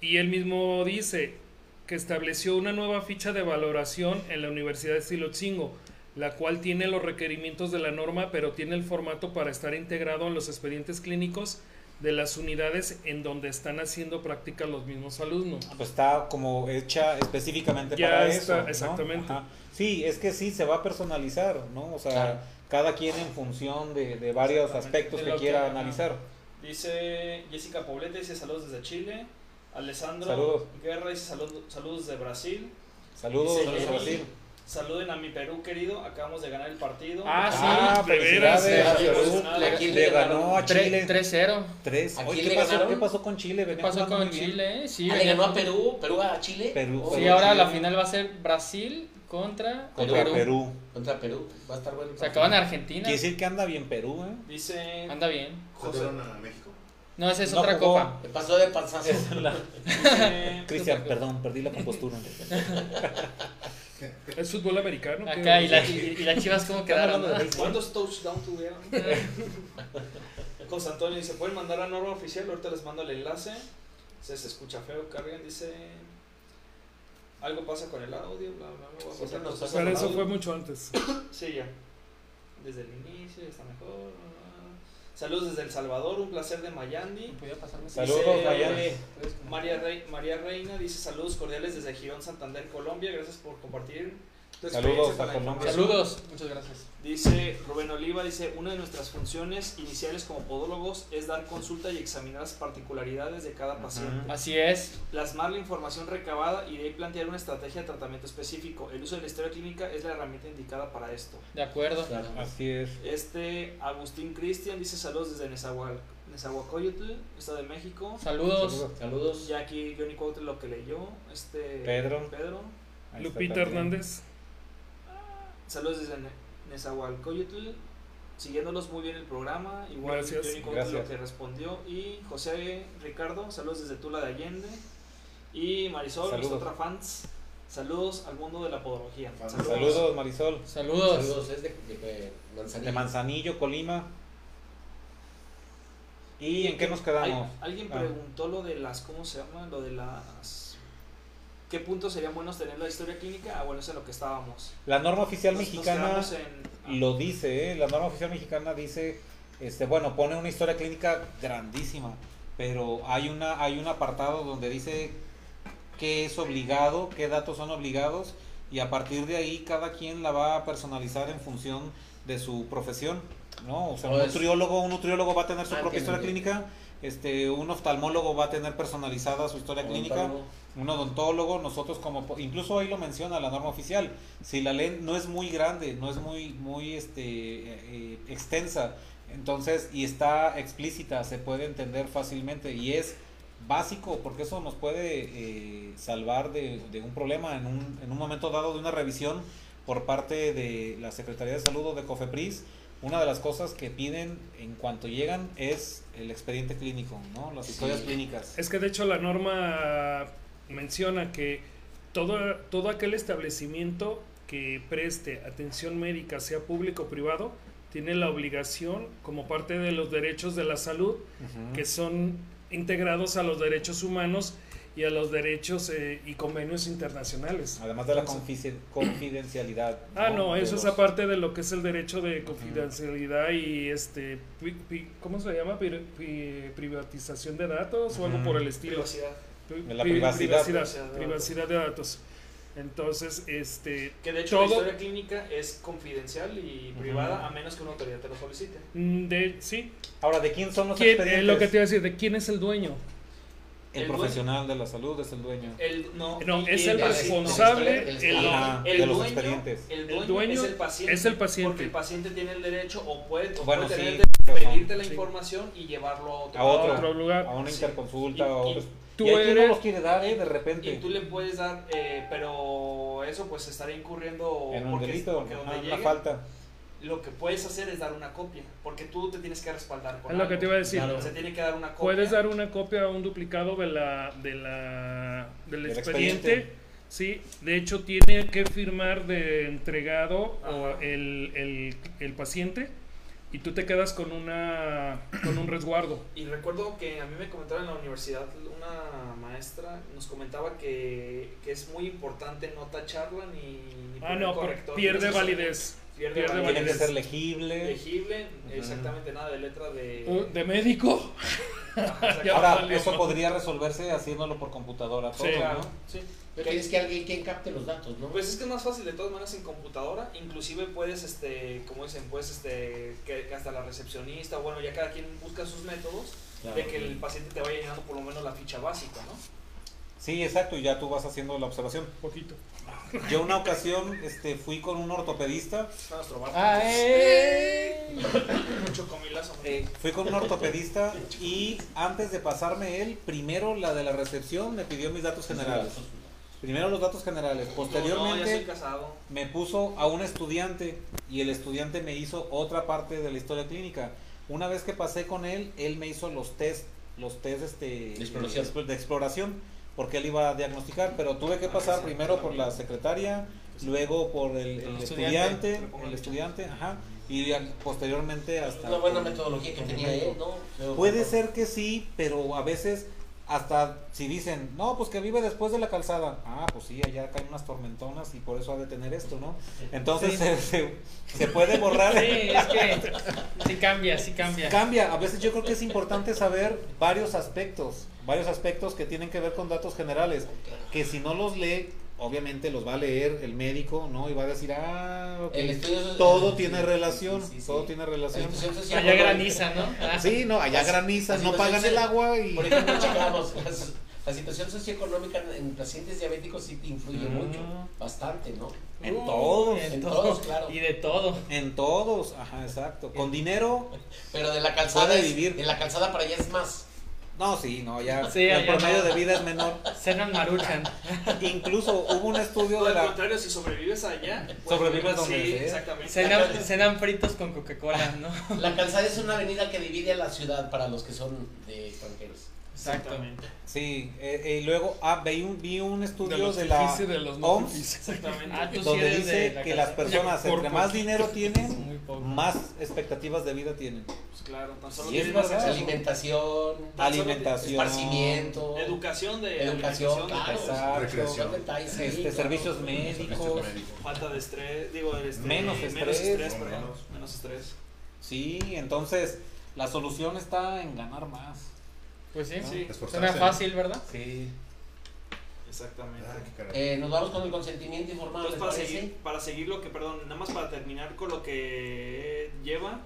Y él mismo dice que estableció una nueva ficha de valoración en la Universidad de Silotzingo, la cual tiene los requerimientos de la norma, pero tiene el formato para estar integrado en los expedientes clínicos de las unidades en donde están haciendo práctica los mismos alumnos. Pues está como hecha específicamente Ya para está, eso. ¿no? exactamente. Ajá. Sí, es que sí, se va a personalizar, ¿no? O sea, Claro. cada quien en función de, de varios Exactamente, aspectos de que lo quiera que- analizar. Dice Jessica Poblete, dice saludos desde Chile. Alessandro Saludos. Guerra dice "Salud- saludos desde Brasil. Saludos, Dice saludos, Jenny, Brasil. Saluden a mi Perú querido, acabamos de ganar el partido. Ah, sí, Ah, de veras. felicidades, Perú, Perú. ¿a quién Le ganó a Tre- Chile 3-0. tres. ¿A Oye, quién ¿qué le pasó? ganaron? ¿Qué pasó con Chile? ¿Qué Venía pasó jugando con muy bien. Chile? eh? Sí, Ah, le venía- ganó a Perú, Perú a Chile. Perú, Oh, sí, Perú, ahora Chile. la final va a ser Brasil contra Contra Perú. Perú. Contra Perú, va a estar bueno. el Se partido. acaban Argentina. Quiere decir que anda bien Perú, ¿eh? Dice Anda bien. José, Sacaron a México. No, esa es No otra jugó. copa. Le pasó de pasazo. dice- Cristian, perdón, perdí la compostura. Es fútbol americano. ¿qué? Acá, y, la, y, y las chivas cómo quedaron. no? ¿Cuántos touchdowns tuvieron? José Antonio dice, ¿pueden mandar a norma oficial? Ahorita les mando el enlace. Se, se escucha feo, cargan, dice... Algo pasa con el audio, bla, bla, bla. voy a Siempre pasar nos cosas Pero con eso audio. fue mucho antes. Sí, ya. Desde el inicio, ya está mejor. Saludos desde El Salvador, un placer de Mayandi. ¿Podía pasarme? Saludos, Mayani. María, Rey- María Reina dice saludos cordiales desde Girón, Santander, Colombia. Gracias por compartir tu experiencia Saludos con a la Colombia. información. Saludos. Muchas gracias. Dice Rubén Oliva, dice, una de nuestras funciones iniciales como podólogos es dar consulta y examinar las particularidades de cada paciente, Así es. plasmar la información recabada y de ahí plantear una estrategia de tratamiento específico. El uso de la historia clínica es la herramienta indicada para esto. De acuerdo. Claro. Así es. Este Agustín Cristian dice saludos desde Nezahual- Nezahualcóyotl, Estado de México. Saludos. Saludos. Ya aquí Johnny Cuauhtémoc lo que leyó. Este Pedro. Pedro. Ahí está Lupita también. Hernández. Saludos desde Ne- Nezahualcóyotl. Siguiéndonos muy bien el programa. Igual Gracias. Johnny Cuauhtémoc lo Gracias. que respondió. Y José Ricardo, saludos desde Tula de Allende. Y Marisol, Saludos. nuestra otra fans. Saludos al mundo de la podología. Fans. Saludos, Marisol. Saludos. Saludos, es de, de, eh, Manzanillo. De Manzanillo, Colima. ¿Y en qué nos quedamos? Al- alguien Ah. preguntó lo de las, ¿cómo se llama? Lo de las... ¿Qué puntos serían buenos tener la historia clínica? Ah, bueno, eso es en lo que estábamos. La norma oficial Nos- nos mexicana quedamos en- lo dice, ¿eh? la norma oficial mexicana dice, este, bueno, pone una historia clínica grandísima, pero hay una, hay un apartado donde dice qué es obligado, qué datos son obligados, y a partir de ahí cada quien la va a personalizar en función de su profesión, ¿no? O sea, un Pues- nutriólogo, un nutriólogo va a tener su Ah, propia entiendo, historia clínica, este, un oftalmólogo va a tener personalizada su historia clínica Odontólogo. un odontólogo, nosotros como po- incluso ahí lo menciona la norma oficial, si la ley no es muy grande, no es muy muy este eh, extensa, entonces y está explícita, se puede entender fácilmente y es básico porque eso nos puede eh, salvar de, de un problema en un, en un momento dado de una revisión por parte de la Secretaría de Salud o de COFEPRIS. Una de las cosas que piden en cuanto llegan es el expediente clínico, ¿no? Las historias Sí. clínicas. Es que de hecho la norma menciona que todo, todo aquel establecimiento que preste atención médica, sea público o privado, tiene la obligación, como parte de los derechos de la salud, Ujú. que son integrados a los derechos humanos y a los derechos eh, y convenios internacionales. Además de la Entonces- confici- confidencialidad. Ah, no, De eso es los- aparte de lo que es el derecho de confidencialidad y este, pi- pi- ¿cómo se llama? Pri- pi- privatización de datos o algo Ujú. por el estilo. privacidad. Pri- De la pri- privacidad. privacidad, privacidad de datos. Entonces, este, Que de hecho la Todo- historia clínica es confidencial y privada a menos que una autoridad te lo solicite. mm, de, sí, Ahora, ¿de quién son los ¿Quién- es expedientes? lo que te iba a decir, ¿de quién es el dueño? El El profesional de la salud es el dueño. El, no, No, y es el el- responsable, el- el- Ajá, el de los dueño, expedientes. El El dueño, dueño es el paciente. es el paciente. Porque el paciente tiene el derecho o puede, o Bueno, puede sí, tener el derecho de pero- pedirte la sí. información y llevarlo a otro. Ah, A a otro, otro lugar. a una Sí. interconsulta. Y- a y otros. tú y aquí no eres- los quiere dar, ¿eh? De Y repente. tú le puedes dar, eh, pero eso pues estaría incurriendo En un porque- delito, porque donde ajá, una llegue, falta. Lo que puedes hacer es dar una copia, porque tú te tienes que respaldar con Es lo que algo. te iba a decir. Claro. Se tiene que dar una copia. Puedes dar una copia o un duplicado de la, de la, del Del expediente, expediente. Sí, de hecho tiene que firmar de entregado o el, el- el paciente y tú te quedas con una con un resguardo. Y recuerdo que a mí me comentaron en la universidad una maestra nos comentaba que, que es muy importante no tacharla ni, ni Ah, poner no, porque corrector. pierde Tienes que ser- validez, Pierde, pierde validez. Tiene que validez. ser legible. Legible, exactamente nada de letra de. Uh, ¿De médico? Ya Ahora, valió. eso podría resolverse haciéndolo por computadora. todo, Sí. ¿no? Sí. Pero tienes que alguien que capte los datos, ¿no? Pues es que es más fácil de todas maneras en computadora, inclusive puedes, este, como dicen, pues, este, que, que hasta la recepcionista, bueno, ya cada quien busca sus métodos de que el paciente te vaya llenando por lo menos la ficha básica, ¿no? Sí, exacto, y ya tú vas haciendo la observación. Poquito. Yo una ocasión este, fui con un ortopedista, Es nuestro barco. Ah, eh. Mucho comilazo. eh, fui con un ortopedista y antes de pasarme él, primero la de la recepción me pidió mis datos generales. Primero los datos generales, No, ya soy posteriormente casado. me puso a un estudiante y el estudiante me hizo otra parte de la historia clínica. Una vez que pasé con él, él me hizo los test, los test este, de, exploración. explo- de exploración, porque él iba a diagnosticar, pero tuve Ah, que pasar primero por la secretaria, luego por el, el Estudiante. estudiante, el estudiante, ajá, y a- posteriormente hasta... Una buena por- metodología que por el tenía médico. él, ¿no? Creo Puede que- ser que sí, pero a veces hasta si dicen, no, pues que vive después de la calzada. Ah, pues sí, allá caen unas tormentonas y por eso ha de tener esto, ¿no? Entonces se, se- se puede borrar. Sí, es que sí cambia, sí cambia. Cambia, a veces yo creo que es importante saber varios aspectos, varios aspectos que tienen que ver con datos generales, que si no los lee, obviamente los va a leer el médico, ¿no? Y va a decir, ah, ok, El estudio- todo sí, tiene sí, relación, sí, sí, todo sí. tiene La relación. situación social, Allá ¿no? graniza, ¿no? Ah. Sí, no, allá Así- granizan, así no nos pagan dice- el agua y... Por ejemplo, checamos la, la situación socioeconómica en pacientes diabéticos sí te influye Mm. mucho, bastante, ¿no? En todos. En todos, claro. Uh, Y de todo. En todos, ajá, exacto. Con dinero, Pero de la calzada Puede es- vivir. de la calzada para allá es más. no, sí, no, ya Sí, el allá promedio no. de vida es menor. Cenan maruchan. Incluso hubo un estudio Todo de al la contrario, si sobrevives allá, Sobrevives pues, donde Sí, sea. exactamente. Cenan, cenan fritos con Coca-Cola, ¿no? La calzada es una avenida que divide a la ciudad para los que son de extranjeros. Exacto. sí, eh, eh, y luego ah, vi un vi un estudio de, los que la hice, de los no OMS que hice. Exactamente. Ah, tú sí donde eres de dice la que las casa. personas Por entre más poco. dinero tienen, Muy poco. más expectativas de vida tienen. Pues claro, tan solo Sí, tienes es más verdad. acceso. Alimentación, Tan solo Alimentación, esparcimiento, Educación de Educación, alimentación, claro. de- exacto, son Recreación. detalles, sí, este, claro. servicios médicos, falta de estrés, digo, este, Menos menos estrés. estrés, perdón, Menos. menos estrés. sí, entonces la solución está en ganar más. Pues Ah. sí. Sí, Suena Esforzarse. fácil, ¿verdad? Sí. exactamente. Ah, qué caray. Eh, nos vamos con el consentimiento informado. Entonces, ¿les para parece? seguir, para seguir lo que, perdón, nada más para terminar con lo que eh, lleva,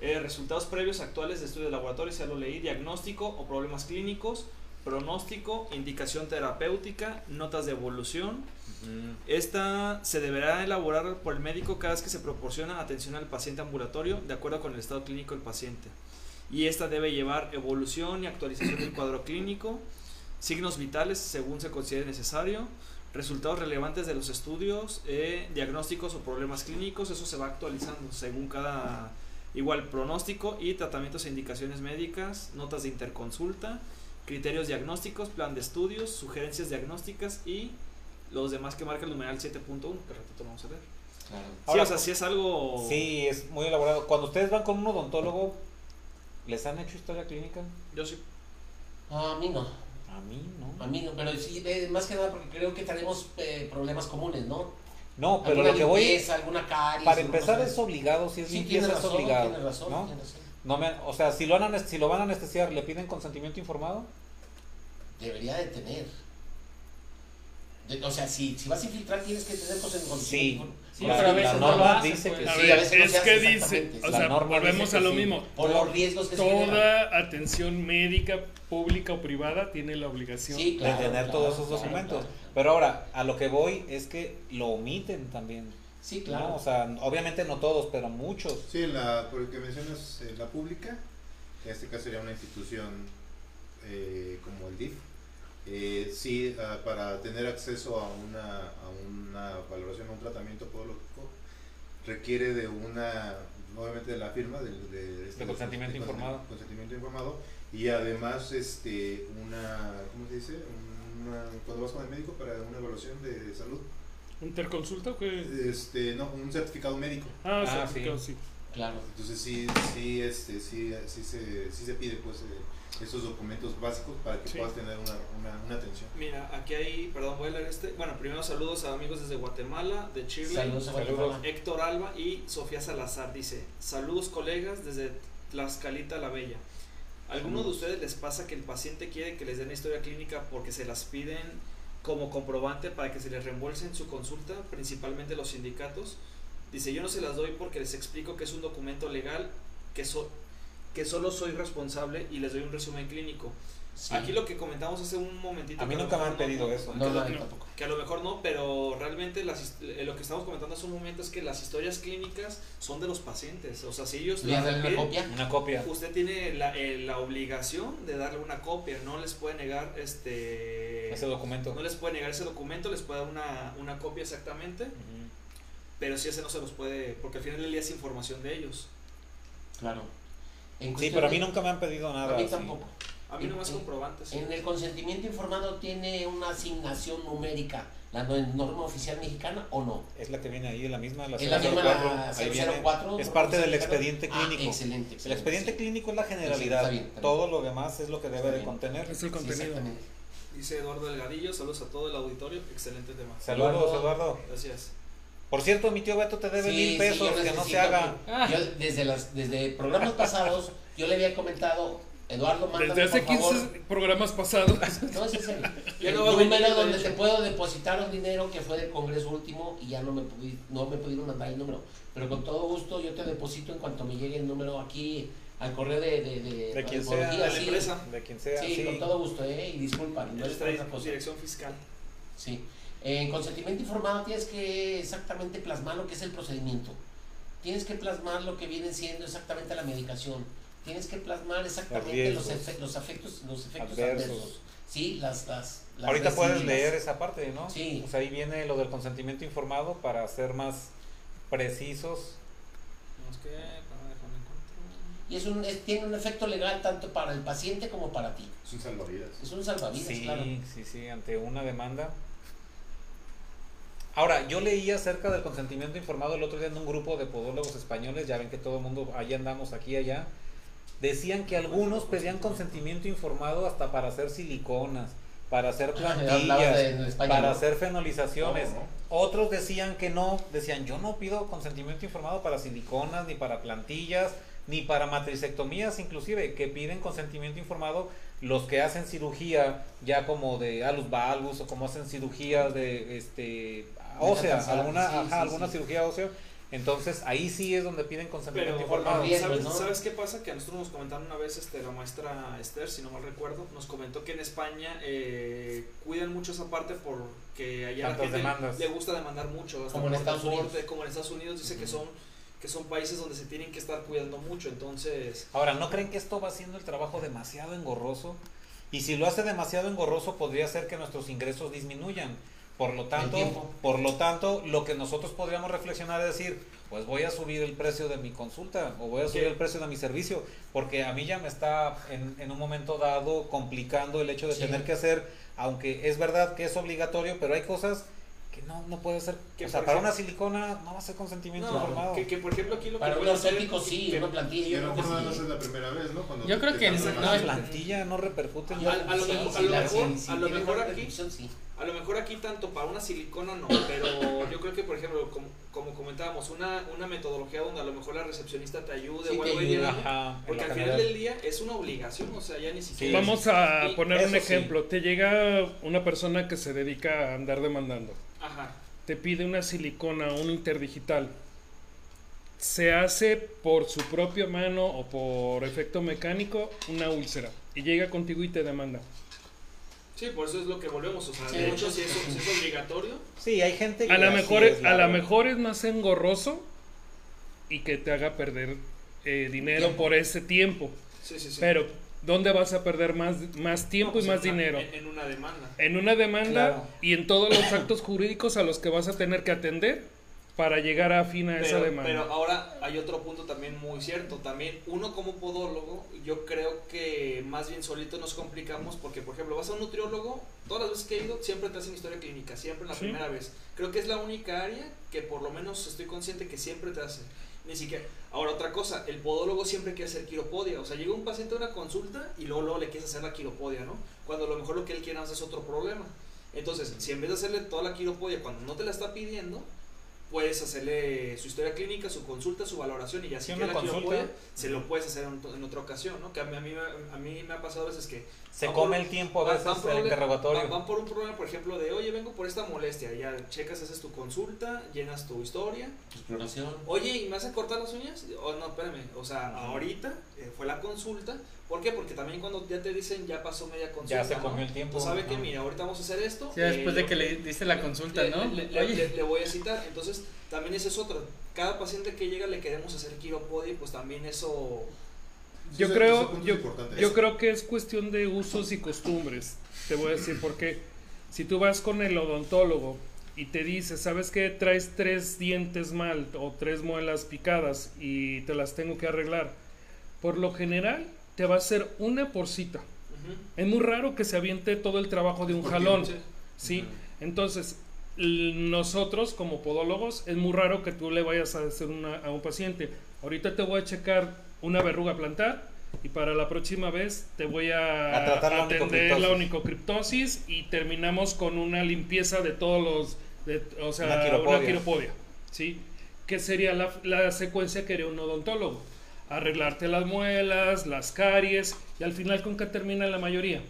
eh, resultados previos actuales de estudios de laboratorio, ya lo leí, diagnóstico o problemas clínicos, pronóstico, indicación terapéutica, notas de evolución. Esta se deberá elaborar por el médico cada vez que se proporciona atención al paciente ambulatorio, de acuerdo con el estado clínico del paciente. Y esta debe llevar evolución y actualización del cuadro clínico, signos vitales según se considere necesario, resultados relevantes de los estudios, eh, diagnósticos o problemas clínicos, eso se va actualizando según cada igual pronóstico y tratamientos e indicaciones médicas, notas de interconsulta, criterios diagnósticos, plan de estudios, sugerencias diagnósticas y los demás que marca el numeral 7.1, que al ratito lo vamos a ver. Claro. Ahora, pues, sí, o sea, sí es algo... Sí, es muy elaborado. Cuando ustedes van con un odontólogo, ¿les han hecho historia clínica? Yo sí. Ah, A mí no, A mí no. a mí no, pero sí, eh, más que nada porque creo que tenemos eh, problemas comunes, ¿no? No, pero alguna lo que voy limpieza, alguna caries. Para alguna empezar cosa. es obligado, si es Sí, limpieza tiene es razón, obligado. tiene razón, ¿no? tiene razón. No me- o sea, si lo, han, anes- si lo van a anestesiar, ¿le piden consentimiento informado? Debería de tener. De- o sea, si, si vas a infiltrar tienes que tener pues, cosas en Sí. con- Sí, con- la, pero a veces la no norma lo hacen, dice pues. que A sí. ver, Sí, a veces no es se que hace dice, exactamente, o la sea, norma volvemos dice a que lo sí. mismo. por los riesgos que se generan. Toda atención médica, pública o privada, tiene la obligación. Sí, claro, de tener claro, todos esos claro, documentos. claro. Pero ahora, a lo que voy es que lo omiten también. Sí, ¿no? claro. O sea, obviamente no todos, pero muchos. Sí, en la, por el que mencionas, eh, la pública, en este caso sería una institución eh, como el DIF, eh, sí, ah, para tener acceso a una, a una valoración, a un tratamiento podológico, requiere de una, obviamente de la firma del de, este- De consentimiento de informado. Consentimiento informado y además este, una, ¿cómo se dice? Un- una- cuando vas con el médico para una evaluación de salud. ¿Interconsulta o qué? Este, no, un certificado médico. Ah, certificado, sí. Claro. Entonces sí, sí, este, sí, sí se, sí se pide pues eh, esos documentos básicos para que Sí. puedas tener una, una, una atención. Mira, aquí hay, perdón, voy a leer este. Bueno, primero saludos a amigos desde Guatemala, de Chile. Saludos a Guatemala. Saludos. Héctor Alba y Sofía Salazar dice, saludos colegas desde Tlaxcalita la Bella. ¿Alguno de Saludos. ustedes les pasa que el paciente quiere que les den la historia clínica porque se las piden como comprobante para que se les reembolsen su consulta, principalmente los sindicatos? Dice, yo no se las doy porque les explico que es un documento legal, que, so- que solo soy responsable y les doy un resumen clínico. Sí. Aquí lo que comentamos hace un momentito. A mí que nunca lo me han mejor pedido no- eso. que No, a lo- no, yo tampoco. Que a lo mejor no, pero realmente las, his- eh, lo que estamos comentando hace un momento es que las historias clínicas son de los pacientes. O sea, si ellos ¿Le las dan una piden, copia? Una copia. usted tiene la, eh, la obligación de darle una copia. No les puede negar este. Ese documento. No les puede negar ese documento, les puede dar una, una copia exactamente, Ujú. pero si ese no se los puede, porque al final del día es información de ellos. Claro. En Sí, cuestión pero a de- mí nunca me han pedido nada. A mí así. tampoco. A mí Y- nomás y- comprobantes. En el consentimiento informado tiene una asignación numérica, la no- norma oficial mexicana o no. Es la que viene ahí, la misma, la Es la misma 004, la ahí viene. 004, Es parte del ¿no? expediente Ah, clínico. excelente, excelente. El expediente sí. clínico es la generalidad. Está bien, está bien. Todo lo demás es lo que Está debe de bien. contener. Es el Sí, contenido. exactamente. Dice Eduardo Delgadillo, saludos a todo el auditorio, excelente tema. Saludos, Eduardo. Gracias. Por cierto, mi tío Beto te debe Sí, mil sí, pesos, yo que no se necesito haga. que- Yo desde, las, desde programas pasados, yo le había comentado, Eduardo, mándame Desde hace por favor. 15 programas pasados. No, es en serio. Ya El no va a número venir, de donde hecho. te puedo depositar un dinero que fue del congreso último y ya no me, pudi- no me pudieron mandar el número. Pero con todo gusto yo te deposito en cuanto me llegue el número aquí al correo de... De, de, De quien Podología, sea, de la sí. empresa. De quien sea, Sí, sí. con todo gusto, ¿eh? Y disculpa, no es por Nuestra otra cosa. pues, dirección fiscal. Sí. En consentimiento informado tienes que exactamente plasmar lo que es el procedimiento. Tienes que plasmar lo que viene siendo exactamente la medicación. Tienes que plasmar exactamente los, riesgos. efe- los efectos, los efectos Adversos. adversos. Sí, las, las, las Ahorita puedes recididas. leer esa parte, ¿no? Sí. Pues ahí viene lo del consentimiento informado para ser más precisos. No, es que, para dejarme encontrar. Y es un, es- tiene un efecto legal tanto para el paciente como para ti. Es un salvavidas. Es un salvavidas, Sí, claro. sí, sí, ante una demanda. Ahora, yo leí acerca del consentimiento informado el otro día en un grupo de podólogos españoles, ya ven que todo el mundo, allá andamos, aquí, y allá. Decían que algunos pedían consentimiento informado hasta para hacer siliconas, para hacer Hablabas de- plantillas, en España, ¿no? para hacer fenolizaciones. No, no. Otros decían que no, decían yo no pido consentimiento informado para siliconas, ni para plantillas, ni para matricectomías, inclusive, que piden consentimiento informado los que hacen cirugía ya como de alus valgus o como hacen cirugías de este ósea, cansar, alguna, sí, ajá, sí, alguna sí. cirugía ósea, entonces ahí sí es donde piden consentimiento Pero, informado. también- ¿sabes, ¿no? sabes qué pasa? Que a nosotros nos comentaron una vez este, la maestra Esther, si no mal recuerdo, nos comentó que en España eh, cuidan mucho esa parte porque allá Tantas la gente demandas. le gusta demandar mucho. hasta Como en por Estados deporte, Unidos. Como en Estados Unidos, dice que son que son países donde se tienen que estar cuidando mucho, entonces... Ahora, ¿no creen que esto va haciendo el trabajo demasiado engorroso? Y si lo hace demasiado engorroso, podría ser que nuestros ingresos disminuyan. Por lo tanto, tiempo. por lo tanto, lo que nosotros podríamos reflexionar es decir, pues voy a subir el precio de mi consulta o voy a subir Sí. el precio de mi servicio, porque a mí ya me está en, en un momento dado complicando el hecho de Sí. tener que hacer, aunque es verdad que es obligatorio, pero hay cosas que no, no puede ser. Que o sea, por para ejemplo- una silicona no va a ser consentimiento No, informado. que, que, por ejemplo aquí lo Para que un pueden hacer- ortótico sí, que- una plantilla yo Yo no creo que no sí. es la primera vez, ¿no? Cuando Yo creo te que dan es- una- no, La es- plantilla no repercute en A- a lo Sí, mejor- sí, a lo la- mejor- sí, sí, a lo tiene mejor una aquí- repercusión, sí. A lo mejor aquí tanto para una silicona no, pero yo creo que, por ejemplo, como, como comentábamos, una, una metodología donde a lo mejor la recepcionista te ayude Sí, o te algo ahí ayuda, llegando, Ajá, en Porque la al general. final del día es una obligación, o sea, ya ni siquiera... Vamos a Y- poner un eso sí. ejemplo. Te llega una persona que se dedica a andar demandando. Ajá. Te pide una silicona, un interdigital. Se hace por su propia mano o por efecto mecánico una úlcera. Y llega contigo y te demanda. Sí, por eso es lo que volvemos, o sea, Sí. de hecho, si eso si es obligatorio, Sí, hay gente que A lo así mejor, es, es, la a la verdad. mejor es más engorroso y que te haga perder eh, dinero Tiempo. por ese tiempo. sí, sí, sí. Pero, ¿dónde vas a perder más, más No, tiempo pues y más en una- dinero? En, en una demanda. En una demanda Claro. y en todos los actos jurídicos a los que vas a tener que atender para llegar a fin a esa Pero- demanda. Pero ahora hay otro punto también muy cierto. También uno como podólogo, yo creo que más bien solito nos complicamos porque, por ejemplo, vas a un nutriólogo, todas las veces que he ido siempre te hacen historia clínica, siempre en la Sí. primera vez. Creo que es la única área que por lo menos estoy consciente que siempre te hacen. Ni siquiera. Ahora, otra cosa, el podólogo siempre quiere hacer quiropodia. O sea, llega un paciente a una consulta y luego, luego le quieres hacer la quiropodia, ¿no? Cuando a lo mejor lo que él quiere hacer es otro problema. Entonces, si en vez de hacerle toda la quiropodia cuando no te la está pidiendo, puedes hacerle su historia clínica, su consulta, su valoración y ya Sí, si una quiere la quiropodia, consulta. se lo puedes hacer en, en otra ocasión, ¿no? Que a mí, a mí me- a mí me ha pasado a veces que... Se van come por- el tiempo a van- veces van por el un- interrogatorio. Van, van por un problema, por ejemplo, de, oye, vengo por esta molestia, ya checas, haces tu consulta, llenas tu historia, Exploración. Oye, ¿y me vas a cortar las uñas? Oh, no, espérame. O sea, ahorita eh, fue la consulta. ¿Por qué? Porque también cuando ya te dicen ya pasó media consulta. se ¿no? comió el tiempo, Tú sabes que, ajá. mira, ahorita vamos a hacer esto. Ya después de yo- que le diste la consulta, le- ¿no? Le, le- Oye. le- le voy a citar. Entonces, también esa es otra. Cada paciente que llega le queremos hacer quiropodia, y pues también eso. Yo ese- ese creo, punto yo, es importante. yo creo que es cuestión de usos y costumbres. Te voy a decir porque si tú vas con el odontólogo y te dice, ¿sabes qué? Traes tres dientes mal o tres muelas picadas y te las tengo que arreglar. Por lo general te va a hacer una por cita. Es muy raro que se aviente todo el trabajo de un jalón. Sí. Entonces, l- nosotros como podólogos es muy raro que tú le vayas a hacer una, a un paciente. Ahorita te voy a checar una verruga plantar y para la próxima vez te voy a, A tratar la atender la onicocriptosis y terminamos con una limpieza de todos los, de- o sea, Una una quiropodia. quiropodia. ¿sí? Que sería la, la secuencia que haría un odontólogo. Arreglarte las muelas, las caries y al final con qué termina la mayoría.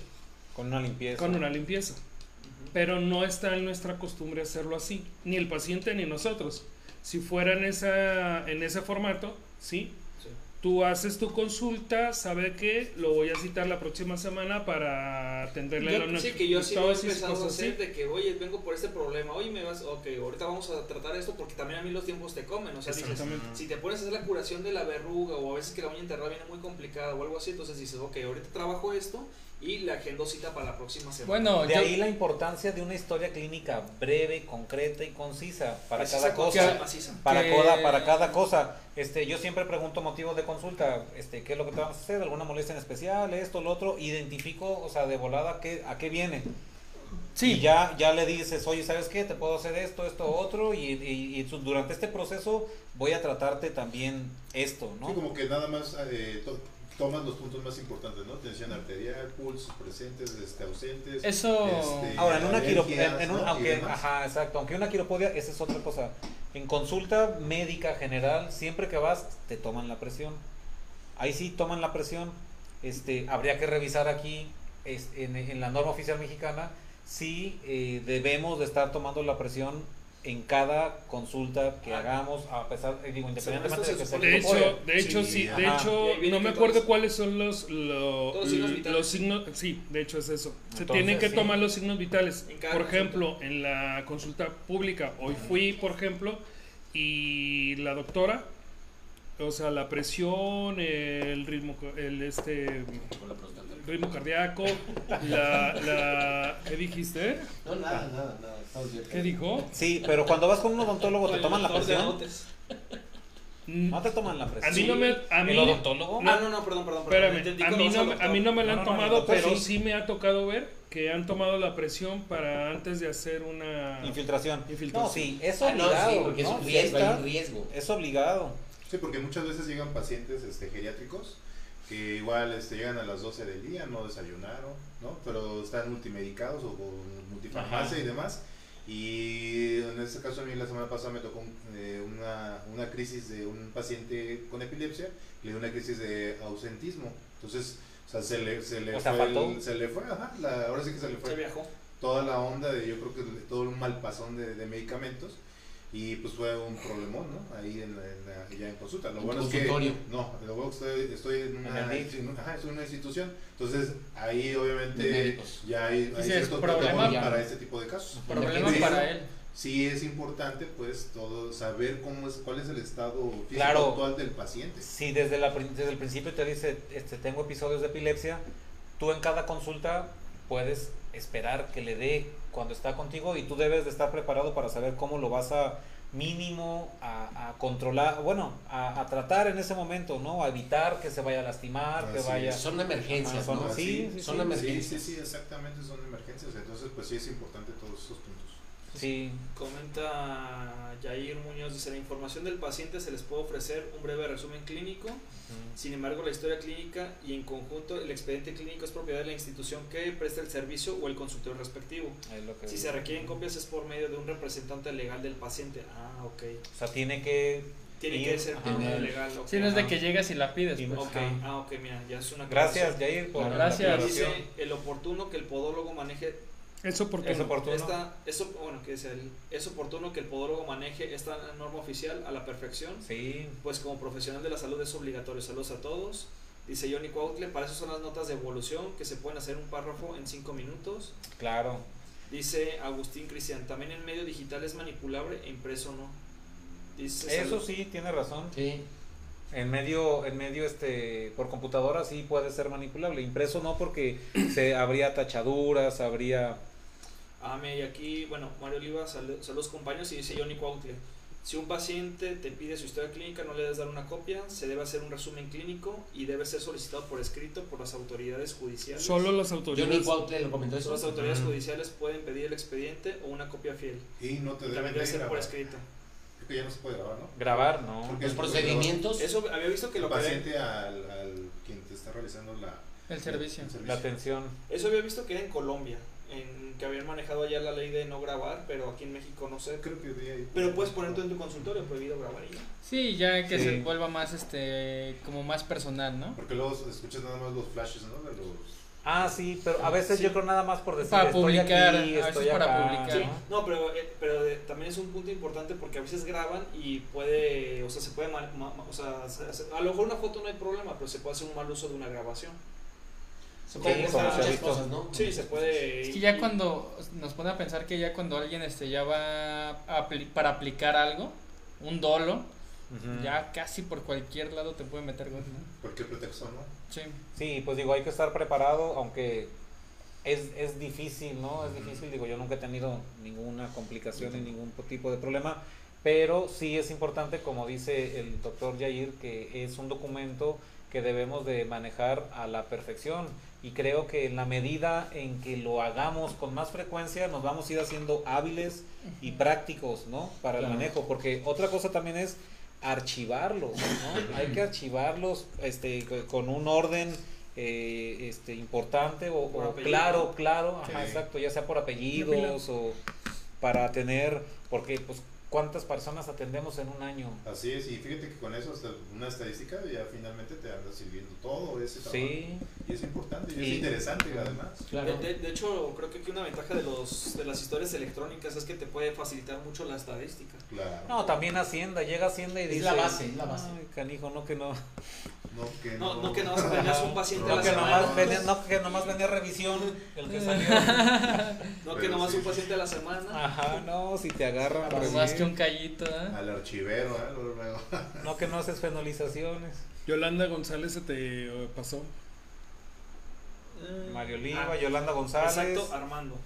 Con una limpieza. Con una limpieza. Pero no está en nuestra costumbre hacerlo así, ni el paciente ni nosotros. Si fuera en, esa, en ese formato, ¿sí? Tú haces tu consulta, sabe que lo voy a citar la próxima semana para atenderle Yo- la sí, que yo sí lo he neurocriptosis, empezado a cosas así. hacer de que, oye, vengo por este problema, oye, me vas, ok, ahorita vamos a tratar esto porque también a mí los tiempos te comen, o sea, dices, Exactamente. si te pones a hacer la curación de la verruga o a veces que la uña enterrada viene muy complicada o algo así, entonces dices, ok, ahorita trabajo esto y la agendo cita para la próxima semana. de ahí la importancia de una historia clínica breve, concreta y concisa para Precisa, cada concisa, cosa. maciza. Para Que- cada, para cada cosa. Este, yo siempre pregunto motivos de consulta, este, qué es lo que te vamos a hacer, alguna molestia en especial, esto, lo otro, identifico, o sea, de volada qué, a qué viene. Sí. Y ya, ya le dices, oye, ¿sabes qué? Te puedo hacer esto, esto, otro, y, y- y su- durante este proceso voy a tratarte también esto, ¿no? Sí, como que nada más eh, to- tomas los puntos más importantes, ¿no? Tensión arterial, pulsos presentes, este, ausentes. este, Ahora, en una quiro- alergias, en- en un- ¿no? Y aunque, demás. ajá, exacto, aunque una quiropodia, esa es otra cosa. En consulta médica general, siempre que vas, te toman la presión. Ahí sí toman la presión. Este, habría que revisar aquí, es- en, en la norma oficial mexicana, si eh, debemos de estar tomando la presión en cada consulta que hagamos, a pesar, eh, digo, independientemente de que sea de hecho, quiropodia. de hecho, sí, de ajá. hecho, no me acuerdo cuáles son los, lo- Todos los signos l- vitales. los signos, sí, de hecho es eso. Se Entonces, tienen que sí. tomar los signos vitales. En cada Por consulta. ejemplo, en la consulta pública, hoy fui, por ejemplo, y la doctora, o sea, la presión, el ritmo, ca- el este, ritmo cardíaco, la, la, ¿qué dijiste? No, nada, nada, nada. estamos bien. ¿Qué dijo? Sí, pero cuando vas con un odontólogo, ¿te Con el toman la doctor de presión? agotes. No te toman la presión. A mí no me. A mí, ¿El odontólogo? Ah, no, no, perdón, perdón, perdón. Espérame, Entendí a que mí, lo no, vas me- a a mí no me la han No, no, no, tomado, doctor, pero sí. sí me ha tocado ver que han tomado la presión para antes de hacer una. Infiltración. infiltración. No, sí, es Ah, no, sí, obligado. porque es ¿no? un Sí riesgo, está. hay un riesgo. Es obligado. Sí, porque muchas veces llegan pacientes este, geriátricos que igual este, llegan a las 12 del día, no desayunaron, ¿no? Pero están multimedicados o con multifarmacia Ajá. y demás. Y en este caso a mí la semana pasada me tocó un- eh, una, una crisis de un paciente con epilepsia, le dio una crisis de ausentismo. Entonces, o sea, se le, se le O sea, fue, faltó. el- se le fue ajá, la- ahora sí que se le fue. Se viajó. Toda la onda de, yo creo que de todo un malpasón de, de medicamentos. Y pues fue un problemón, ¿no? Ahí en, la- en la- ya en consulta. Lo En tu bueno es que. consultorio. No, lo bueno es que estoy, estoy en, una, el DIF. en un- ajá, estoy en una institución. Entonces ahí De obviamente médicos. ya hay, hay Dices, ciertos problema protocolos ya. para este tipo de casos. Problema Entonces, para él. Sí es importante pues todo saber cómo es, cuál es el estado físico Claro. actual del paciente. Si desde, la, prin- desde el principio te dice, este, tengo episodios de epilepsia, tú en cada consulta puedes esperar que le dé cuando está contigo y tú debes de estar preparado para saber cómo lo vas a, mínimo a, a controlar, bueno, a, a tratar en ese momento, ¿no? A evitar que se vaya a lastimar, Ah, que Así vaya... es. Ajá, son- Así, Sí, sí, sí. Sí, sí, sí, exactamente, son emergencias. Entonces, pues sí es importante todos esos puntos. Sí. Comenta Jair Muñoz, dice, la información del paciente se les puede ofrecer un breve resumen clínico, mm, sin embargo la historia clínica y en conjunto el expediente clínico es propiedad de la institución que presta el servicio o el consultor respectivo. Es lo que Si digo. se requieren copias es por medio de un representante legal del paciente. Ah, ok. O sea, tiene que... Tiene ir- que ser por Ajá. medio legal. ok. Sí, no es de Ajá. que llegas y la pides. Y- pues. Ok, Ajá. ah, ok, mira, ya es una Gracias, aclaración. Jair, por la Gracias. Dice aclaración. el oportuno que el podólogo maneje. Es oportuno. Es oportuno. Esta- es op- bueno, que es, el- es oportuno que el podólogo maneje esta norma oficial a la perfección. Sí. Pues como profesional de la salud es obligatorio. Saludos a todos. Dice Johnny Cuautle, para eso son las notas de evolución que se pueden hacer un párrafo en cinco minutos. Claro. Dice Agustín Cristian, también en medio digital es manipulable, e impreso no. Dice, Eso salud- sí, tiene razón. Sí. En medio, en medio, este, por computadora sí puede ser manipulable. Impreso no, porque se habría tachaduras, habría. Ah, mira, y aquí, bueno, Mario Oliva, salu- saludos compañeros, y dice Johnny Cuautle. Si un paciente te pide su historia clínica, no le debes dar una copia, se debe hacer un resumen clínico y debe ser solicitado por escrito por las autoridades judiciales. Solo las autoridades. Johnny Cuautle lo comentó eso. Solo Las autoridades Mm. Ujú. judiciales pueden pedir el expediente o una copia fiel. Y no te deben También de debe ser por grabar. escrito. Creo que ya no se puede grabar, ¿no? Grabar, no. Porque Los es por procedimientos. grabar. Eso había visto pues que El lo pedían. paciente al, al quien te está realizando la El servicio. el La atención. Eso había visto que era en Colombia, en que habían manejado allá la ley de no grabar, pero aquí en México no sé. Creo que Pero puedes poner tú en tu consultorio prohibido grabar y ya. Sí, ya que Sí. se vuelva más, este, como más personal, ¿no? Porque luego escuchas nada más los flashes, ¿no? De los Ah, sí, pero a veces Sí. yo creo nada más por decir. Para estoy publicar, aquí, a veces estoy para acá, publicar. Sí, ¿no? no, pero, eh, pero de- también es un punto importante porque a veces graban y puede, o sea, se puede, mal- ma- ma- o sea, se- se- a lo mejor una foto no hay problema, pero se puede hacer un mal uso de una grabación. Se Sí, puede como usar se ha muchas visto. cosas, ¿no? Sí, se puede. Es que ya cuando nos pone a pensar que ya cuando alguien este ya va a apli- para aplicar algo, un dolo, Ujú. ya casi por cualquier lado te puede meter gol, ¿no? Cualquier pretexto, ¿no? Sí. Sí, pues digo, hay que estar preparado, aunque es, es difícil, ¿no? Es difícil, digo, yo nunca he tenido ninguna complicación ni ningún tipo de problema, pero sí es importante, como dice el doctor Yair, que es un documento que debemos de manejar a la perfección y creo que en la medida en que lo hagamos con más frecuencia nos vamos a ir haciendo hábiles y prácticos, ¿no? Para el Claro. manejo, porque otra cosa también es archivarlos, ¿no? Hay que archivarlos este, co- con un orden eh, este, importante o, Por o apellido. claro, claro, ajá, Sí. exacto, ya sea por apellidos o para tener, porque pues cuántas personas atendemos en un año. Así es, y fíjate que con eso hasta una estadística ya finalmente te anda sirviendo todo ese trabajo. Sí. Y es importante, y, Y- es interesante además. De, de- de hecho, creo que aquí una ventaja de, los, de las historias electrónicas es que te puede facilitar mucho la estadística. Claro. No, también Hacienda, llega Hacienda y Es dice... la base, es la base. "Ay, canijo, no que no... No, que No, no que nada más tenías un paciente a no, la que semana. Mm. nomás venía, no que nomás venía revisión el que salió. No, que nomás un paciente a la semana. Ajá, no, si te agarra. pues, Por más que un callito, ¿eh? Al archivero, ¿eh? Luego, luego. No que no haces fenolizaciones. Yolanda González se te eh, pasó. Mario Oliva, Yolanda González. Eh, Ah, Exacto, Armando.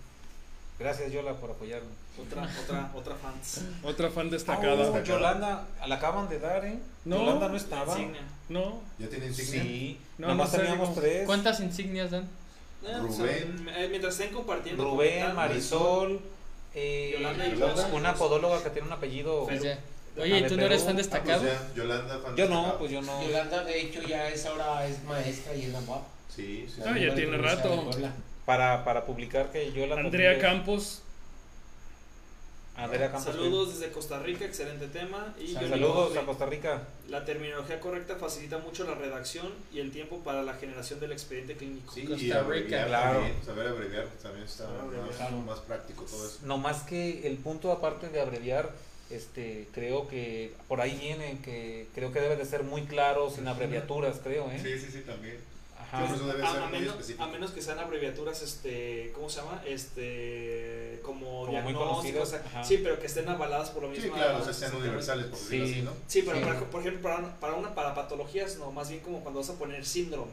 Gracias, Yola, por apoyarme. Otra, otra, otra fans. Otra fan destacada. Oh, Yolanda, la acaban de dar, ¿eh? No. Yolanda no estaba. Insignia. No. ¿Ya tiene insignia? Sí. No, Nada más no sé, teníamos digo. tres. ¿Cuántas insignias dan? Eh, Rubén. o sea, eh, mientras estén compartiendo. Rubén, comentando. Marisol. eh, Yolanda pues, y Yolanda, Rubén. una podóloga que tiene un apellido. Pues ya. de- Oye, ¿y ah, de tú no eres Perú. fan destacado? Pues ya, Yolanda, fan Yo no, destacado. pues yo no. Yolanda, de hecho, ya es ahora es maestra y es la guapa. Sí, sí. Ah, ya tiene rato. Para, para publicar que yo la Andrea Campos. Andrea Campos. pues. Saludos desde Costa Rica, excelente tema. Y yo le Saludos digo, a Costa Rica. La terminología correcta facilita mucho la redacción y el tiempo para la generación del expediente clínico. Sí, y Costa abreviar Rica. Claro. también, saber abreviar pues, también está Saber abreviar. más, Claro. más práctico todo eso. No más que el punto aparte de abreviar, este, creo que por ahí viene que creo que debe de ser muy claro, sin abreviaturas, creo, ¿eh? Sí, sí, sí, también. Ajá. Sí, eso Ah, pues debe a, ser a muy menos, específico. a menos que sean abreviaturas, este, ¿cómo se llama? Este, como, Como muy diagnósticos. conocidas, o sea, ajá. sí, pero que estén avaladas por lo Sí, mismo. claro, o sea, sean universales, por decirlo Sí. así, ¿no? Sí, pero Sí. Para, por ejemplo, para, para una para patologías no, más bien como cuando vas a poner síndrome,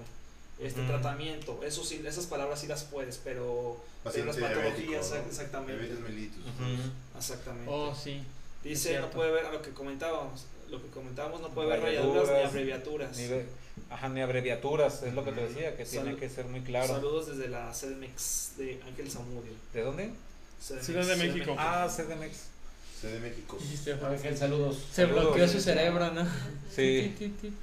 este Ujú. tratamiento, eso sí, esas palabras sí las puedes, pero, pero Paciente las diabético, patologías ¿no? exactamente, Diabetes mellitus. Ujú. exactamente. Oh, sí. Dice, no puede ver a lo que comentábamos, lo que comentábamos, no puede ver Rayaduras, rayaduras ni abreviaturas. ni ve- ajá, ni abreviaturas, es lo que te decía, que Salud- tiene que ser muy claro. Saludos desde la CDMX de Ángel Zamudio. ¿De dónde? CDMX. Ah, CDMX. de México. Ángel, saludos. Se Ah, Saludos. bloqueó su cerebro, ¿no? Sí. Ti, ti, ti.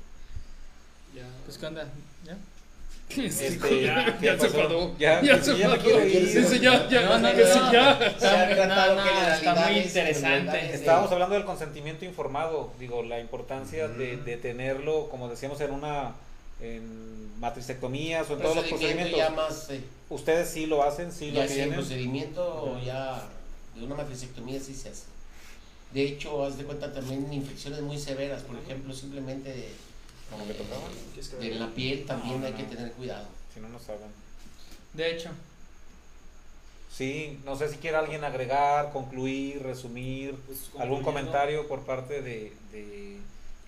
Ya. Pues, ¿qué onda? ¿Ya? Este, ya, ¿qué ya se pasó? paró. Ya, Ya, pues, se ya me paró. quiero ir. Dice, ya, ya, No, no, que no. sí, ya. Se han No, tratado no, está generalidades, muy generalidades interesante. de- Estábamos hablando del consentimiento informado, digo, la importancia de, de tenerlo, como decíamos, en una en matricectomías o en todos los procedimiento procedimientos. ya más eh, Ustedes sí lo hacen, sí lo ya sí, el tienen. procedimiento ya de una matricectomía sí se hace. De hecho, haz de cuenta también infecciones muy severas, por ejemplo, simplemente de, Como que tocaban. ¿Quieres que de vea? la piel también No, hay no, que no. tener cuidado. Si no, no saben. De hecho, Sí, no sé si quiere alguien agregar, concluir, resumir, Pues, algún concluyendo, comentario por parte de, de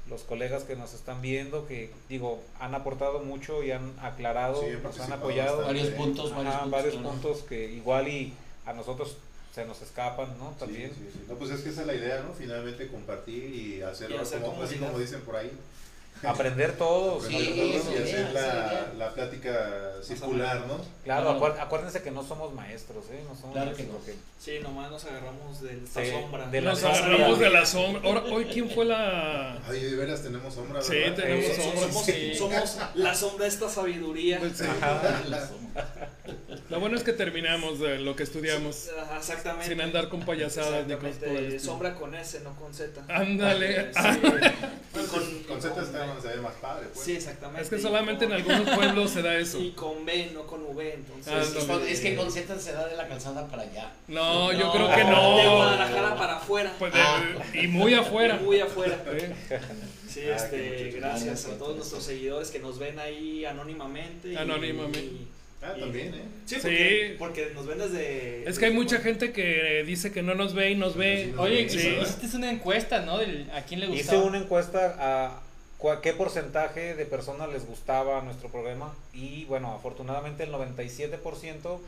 los colegas que nos están viendo, que digo, han aportado mucho y han aclarado, Sí, han nos han participado apoyado. bastante. Varios eh, puntos, Ajá, varios puntos. varios ¿no? puntos que igual y a nosotros se nos escapan, ¿no? También. Sí, sí, sí. No, pues es que esa es la idea, ¿no? Finalmente compartir y hacer, Y hacer como, pues, así comunidad. como dicen por ahí. Aprender todos. Sí, Aprender esa todos y idea, hacer esa la, idea. la plática circular, ¿no? Claro, Claro. acuér- acuérdense que no somos maestros, ¿eh? No somos Claro que maestros. no. ok. Sí, nomás nos agarramos de la Sí, sombra. de la Nos sombra. agarramos de la sombra. Ahora, hoy, ¿quién fue la...? Ay, de veras tenemos sombra, Sí, ¿verdad? tenemos Sí, Somos, sombra. Pues somos- somos la sombra de esta sabiduría. La sombra. Lo bueno es que terminamos de lo que estudiamos. Ajá, exactamente. Sin andar con payasadas ni cosas por el Exactamente, estilo. Sombra con S, no con Z. Ándale. ah. Sí. Y con, Con Z está donde se ve más padre, pues. Sí, exactamente. Es que Y solamente en con- algunos pueblos se da eso. Y con B, no con V, entonces. Ah, Es que con- sí. es que con Z se da de la calzada para allá. No, yo No. creo que De no. Guadalajara para afuera. Pues de- y muy afuera. Muy afuera. Sí. Sí, Ah, qué este, muchachos. gracias Ah, a todos nuestros seguidores que nos ven ahí anónimamente. y- Anónimamente. Ah, también, ¿eh? Sí, Sí. porque, porque nos ven desde. Es que hay mucha gente que dice que no nos ve y nos ve. oye, Sí, hiciste- ¿verdad? hiciste una encuesta, ¿no? Del, ¿A quién le Hice gustaba? una encuesta a cua- qué porcentaje de personas les gustaba nuestro programa y bueno, afortunadamente el 97%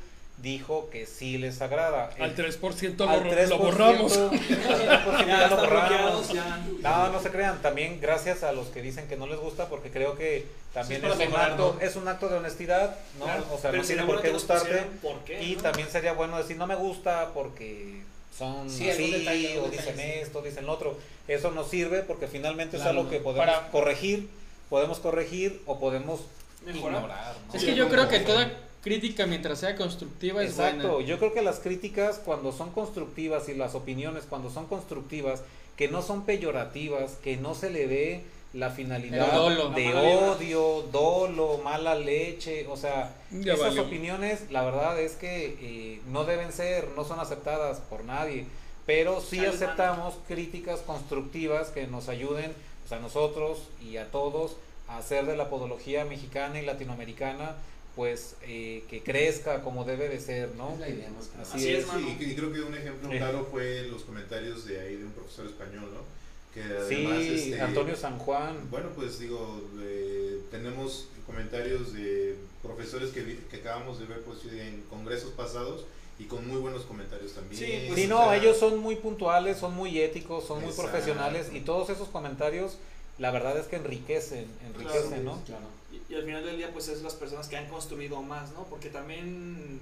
dijo que sí les agrada. El- Al 3% lo, al borro- 3%, lo borramos. al 3% Ya lo están borramos. bloqueados, ya. No, no se crean. También gracias a los que dicen que no les gusta, porque creo que también Sí, es es, para un mejorar, acto, ¿no? es un acto de honestidad, ¿no? Claro, o sea, pero no si tiene de por alguna qué te los gustarte. pusieron, ¿por qué, Y no? también sería bueno decir, no me gusta porque son Sí, así, algún detalle, algún o dicen detalle, sí. esto, dicen lo otro. Eso nos sirve porque finalmente es Claro, algo que ¿no? podemos Para- corregir, podemos corregir o podemos Mejorar. ignorar, ¿no? Es que yo creo que toda crítica, mientras sea constructiva, es Exacto, buena. yo creo que las críticas cuando son constructivas y las opiniones cuando son constructivas, que no son peyorativas, que no se le ve la finalidad El dolo. de La mala vibra. odio, dolo, mala leche, o sea, Ya esas valió. opiniones la verdad es que eh, no deben ser, no son aceptadas por nadie, pero sí Calma. aceptamos críticas constructivas que nos ayuden pues, a nosotros y a todos a hacer de la podología mexicana y latinoamericana pues eh, que crezca como debe de ser, ¿no? Es la idea más que nada. Así, Así es. es, mano. Sí, y, y creo que un ejemplo claro fue los comentarios de ahí de un profesor español, ¿no? Que Sí, además, este, Antonio San Juan. Bueno, pues digo, eh, tenemos comentarios de profesores que, vi- que acabamos de ver pues, en congresos pasados y con muy buenos comentarios también. Sí, pues, Sí, O no, sea, ellos son muy puntuales, son muy éticos, son muy Exacto. profesionales y todos esos comentarios, la verdad es que enriquecen, enriquecen, ¿no? Claro. Y, y al final del día, pues es las personas que han construido más, ¿no? Porque también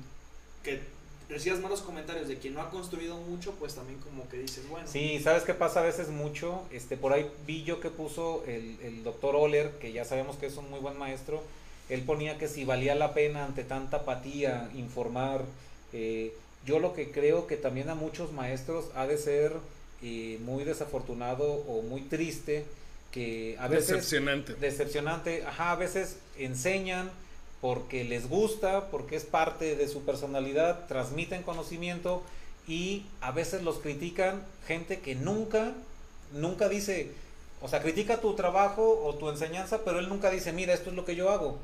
que recibas malos comentarios de quien no ha construido mucho, pues también como que dices, bueno. Sí, ¿sabes qué pasa a veces mucho? Este, por ahí vi yo que puso el, el doctor Oller, que ya sabemos que es un muy buen maestro, él ponía que si valía la pena ante tanta apatía informar. eh, yo lo que creo que también a muchos maestros ha de ser eh, muy desafortunado o muy triste que a veces Decepcionante. decepcionante. Ajá, a veces enseñan porque les gusta, porque es parte de su personalidad, transmiten conocimiento y a veces los critican gente que nunca, nunca dice, o sea, critica tu trabajo o tu enseñanza, pero él nunca dice, mira, esto es lo que yo hago.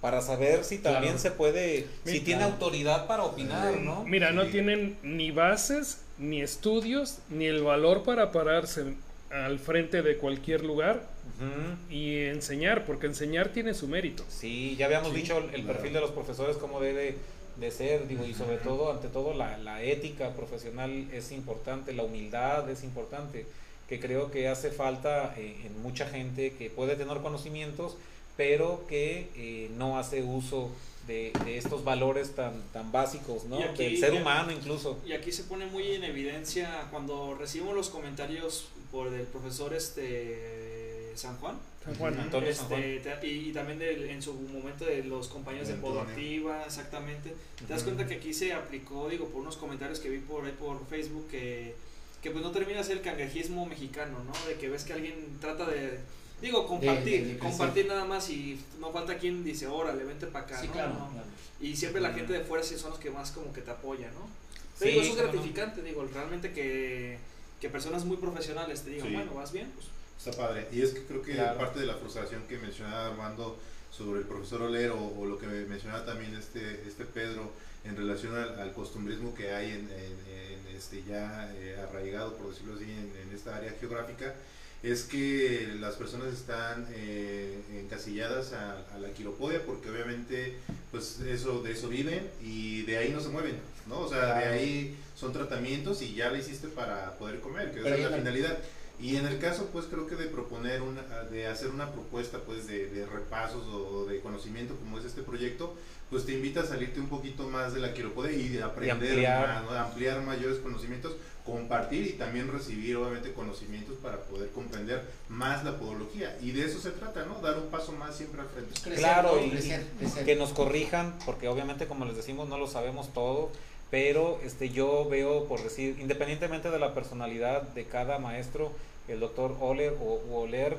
Para saber si también Claro. se puede, si Mira. tiene autoridad para opinar, ¿no? Mira, no Sí. tienen ni bases, ni estudios, ni el valor para pararse al frente de cualquier lugar Ujú. y enseñar, porque enseñar tiene su mérito. Sí, ya habíamos Sí, dicho el claro. perfil de los profesores, cómo debe de ser, digo, y sobre todo, ante todo, la, la ética profesional es importante, la humildad es importante, que creo que hace falta eh, en mucha gente que puede tener conocimientos, pero que eh, no hace uso de, de estos valores tan, tan básicos, ¿no? Y aquí- Del ser y- humano incluso. Y aquí se pone muy en evidencia cuando recibimos los comentarios por el profesor este San Juan. San Juan. Antonio Este, San Juan. te- Y, y también del- en su momento de los compañeros de De Antonio. Podactiva, exactamente. Te das Ujú. cuenta que aquí se aplicó, digo, por unos comentarios que vi por ahí por Facebook que, que pues no termina de ser el cangrejismo mexicano, ¿no? De que ves que alguien trata de... Digo, compartir, de crecer. compartir nada más y no falta quien dice, órale, vente para acá, Sí, ¿no? claro, No. claro. Y siempre la gente de fuera sí son los que más como que te apoyan, ¿no? Sí, Pero digo, eso es cómo no. gratificante, digo, realmente que, que personas muy profesionales te digan, Sí. bueno, vas bien, pues Está padre. Y es que creo que Claro. parte de la frustración que mencionaba Armando sobre el profesor Olero o, o lo que mencionaba también este, este Pedro en relación al, al costumbrismo que hay en, en- en este ya eh, arraigado, por decirlo así, en, en esta área geográfica, es que las personas están eh, encasilladas a, a la quiropodia porque obviamente pues eso de eso viven y de ahí no se mueven, ¿no? O sea, de Claro. ahí son tratamientos y ya lo hiciste para poder comer, que Pero esa es ya la no- finalidad. Y en el caso, pues creo que de proponer, una, de hacer una propuesta, pues de, de repasos o de conocimiento, como es este proyecto, pues te invita a salirte un poquito más de la quiropodia y de aprender, ampliar. más, ¿no? ampliar mayores conocimientos, compartir y también recibir, obviamente, conocimientos para poder comprender más la podología. Y de eso se trata, ¿no? Dar un paso más siempre al frente. claro, y, y que nos corrijan, porque obviamente como les decimos no lo sabemos todo, pero este yo veo por decir, independientemente de la personalidad de cada maestro, el doctor Oler o o Oler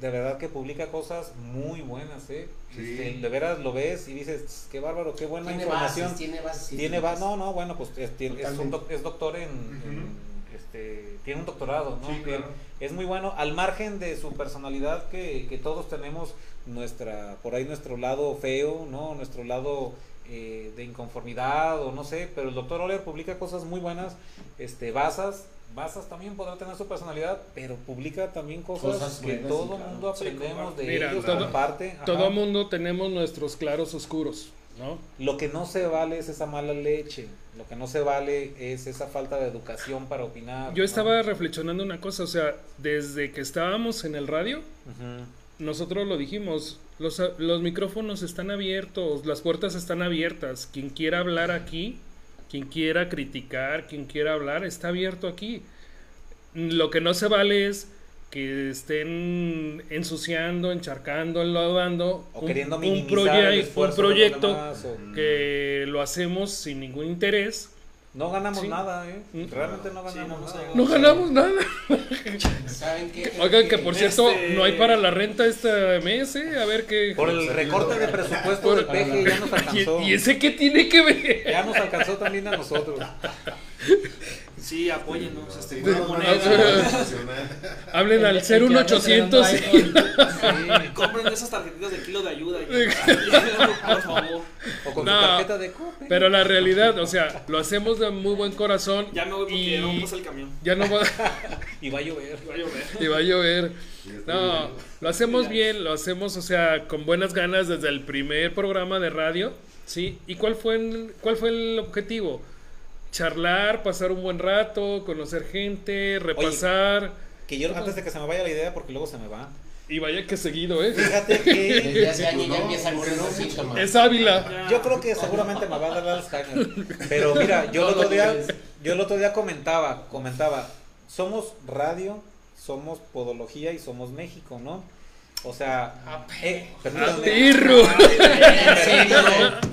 de verdad que publica cosas muy buenas, ¿eh? Sí. Este, de veras lo ves y dices, qué bárbaro, qué buena Tiene información. bases, tiene bases Tiene científicas. ba- no, no, bueno, pues es, tiene- es un Totalmente. doc- es doctor en, en, este, tiene un doctorado, ¿no? Sí, claro. Que Es muy bueno, al margen de su personalidad que, que todos tenemos nuestra, por ahí nuestro lado feo, ¿no? Nuestro lado eh, de inconformidad o no sé, pero el doctor Oler publica cosas muy buenas, este, basas, basas también podrá tener su personalidad, pero publica también cosas, Cosas que buenas, todo sí, claro. mundo Sí, aprendemos de Mira, ellos, todo, comparte, ajá. todo mundo tenemos nuestros claros oscuros, ¿no? Lo que no se vale es esa mala leche. Lo que no se vale es esa falta de educación para opinar. Yo estaba reflexionando una cosa, o sea, desde que estábamos en el radio, nosotros lo dijimos, los, los micrófonos están abiertos, las puertas están abiertas, quien quiera hablar aquí, quien quiera criticar, quien quiera hablar, está abierto aquí. Lo que no se vale es que estén ensuciando, encharcando, enlodando O queriendo un, minimizar el proye- un esfuerzo de los proyecto demás, o- que lo hacemos sin ningún interés. No ganamos Sí. nada, ¿eh? Mm. Realmente no ganamos nada. No ganamos nada. ¿Saben qué? Oigan, que por cierto, Este- no hay para la renta este mes, ¿eh? A ver qué. Por el recorte de presupuesto del PG ya nos alcanzó. ¿Y ese qué tiene que ver? Ya nos alcanzó también a nosotros. sí, apóyennos. este, no, una no, moneda. no. Hablen al 01800. Sí, compren esas tarjetitas de kilo de ayuda. y- por favor. No, Pero la realidad, o sea, lo hacemos de muy buen corazón. Ya me voy porque y ya no pasa el camión. Ya no va- Y va a llover. Va a llover. y va a llover. está No, lloviendo. lo hacemos bien, lo hacemos, o sea, con buenas ganas desde el primer programa de radio, ¿sí? ¿Y cuál fue el, cuál fue el objetivo? Charlar, pasar un buen rato, conocer gente, repasar. Que yo, antes de que se me vaya la idea, porque luego se me va. Y vaya que seguido, ¿eh? Fíjate que. Desde hace años ya empiezan con esos síntomas. Es Ávila. Yo creo que seguramente me va a dar Alzheimer. Pero mira, yo el otro día, yo el otro día comentaba, comentaba, somos radio, somos podología y somos México, ¿no? O sea, eh, A permítanme. perro. En serio,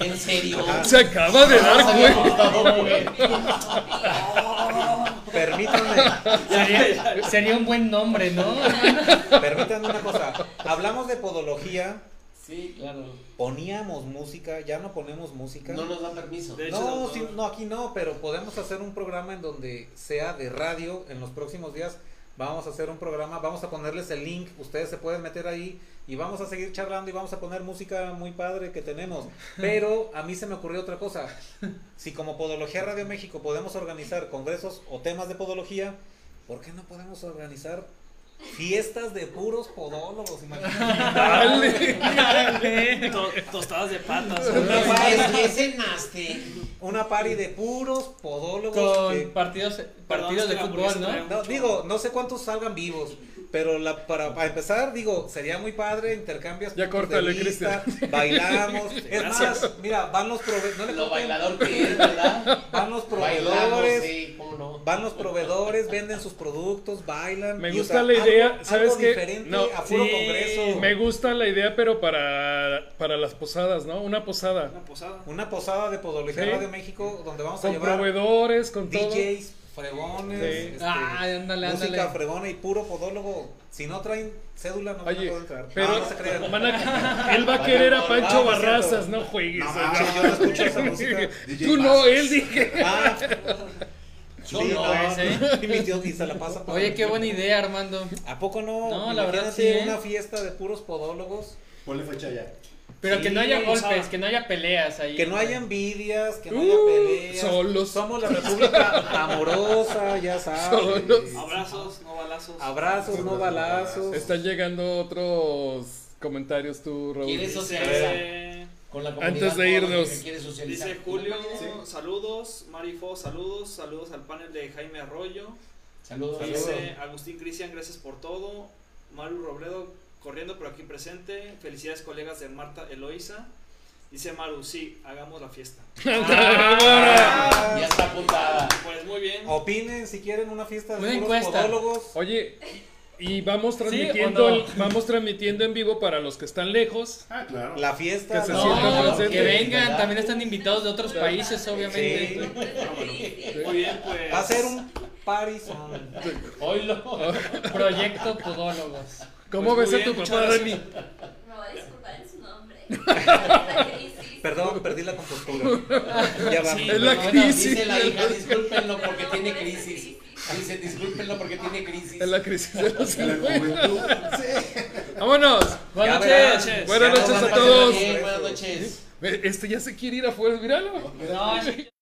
en serio. Se acaba de dar Permítanme. Sería, sería un buen nombre, ¿no? Permítanme una cosa. Hablamos de podología, Sí, claro. poníamos música, ya no ponemos música. No nos da permiso. De hecho, No, doctor. sí, no, aquí no, pero podemos hacer un programa en donde sea de radio en los próximos días. Vamos a hacer un programa, vamos a ponerles el link, ustedes se pueden meter ahí y vamos a seguir charlando y vamos a poner música muy padre que tenemos. Pero a mí se me ocurrió otra cosa. Si como Podología Radio México podemos organizar congresos o temas de podología, ¿por qué no podemos organizar Fiestas de puros podólogos, Dale. imagínate. To- tostadas de patas. ¿Qué cenaste? Una party de puros podólogos. Con que- partidos, partidos de fútbol, ¿no? digo, no sé cuántos salgan vivos. Pero la, para, para empezar, digo, sería muy padre, intercambias Ya puntos córtale, de vista, Cristian. Bailamos. Es Gracias. más, mira, van los proveedores. No le Lo corten. bailador que es, ¿verdad? Van los Bailamos, proveedores. sí, cómo no. Van los proveedores, venden sus productos, bailan. Me y, o gusta sea, la algo- idea, algo ¿sabes qué? diferente a puro sí, congreso. Me gusta la idea, pero para, para las posadas, ¿no? Una posada. Una posada de Podología Sí. de México donde vamos a Con llevar proveedores, con todo. DJs, fregones, Sí. este, Ah, Ay, ándale, música ándale. fregona y puro podólogo. Si no traen cédula no van a Oye, poder entrar. pero No, no se crean. van a- él va a querer a Ah, Pancho no es cierto. Barrazas, no juegues. ¿eh? No, manches, yo no escucho esa música. Tú no, él dije. Ah. Yo Sí, no, pues, ¿eh? Y mi tío y se la pasa por Oye, el qué tiempo. buena idea, Armando. ¿A poco no? No, la verdad sí. Imagínate ¿eh? una fiesta de puros podólogos. Ponle fecha ya. Pero que Sí, no haya vamos a- golpes, que no haya peleas ahí. Que no haya envidias, que no Uh, haya peleas. solos. Somos la república amorosa, ya sabes. Abrazos, no balazos. Ah, Abrazos, no balazos. Están llegando otros comentarios tú, Raúl. ¿Quieres socializar? Con la comunidad Antes de toda la que irnos. quiere socializar. Dice Julio, saludos. Marifo, saludos. Saludos al panel de Jaime Arroyo. Saludos. Dice Saludos. Agustín Cristian, gracias por todo. Maru Robledo, corriendo pero aquí presente. Felicidades, colegas de Marta Eloisa. Dice Maru, sí, hagamos la fiesta. Ah, ya está apuntada. Pues muy bien. Opinen si quieren una fiesta de Una puros encuesta. podólogos. Oye, y vamos o transmitiendo, no? el- vamos transmitiendo en vivo para los que están lejos. Ah, claro. La fiesta. Que se la- sientan No, presentes. que vengan, también están invitados de otros países, Sí. obviamente. Muy bien, pues. Va a ser un Paris. on. Proyecto Podólogos. ¿Cómo Pues muy ves a tu bien, muchas papá, Dani? Me va a disculpar en su nombre. La crisis. Perdón, perdí la compostura. Ya va. Es la Bueno, crisis. Dice la hija, discúlpenlo porque Perdón tiene por esa crisis. Dice, discúlpenlo porque tiene crisis. Es la crisis de los En la juventud. Sí. Vámonos. Buenas Ya verán. noches. Buenas Ya noches nos a van pasar todos. Bien, buenas noches. Este ya se quiere ir afuera, míralo. No,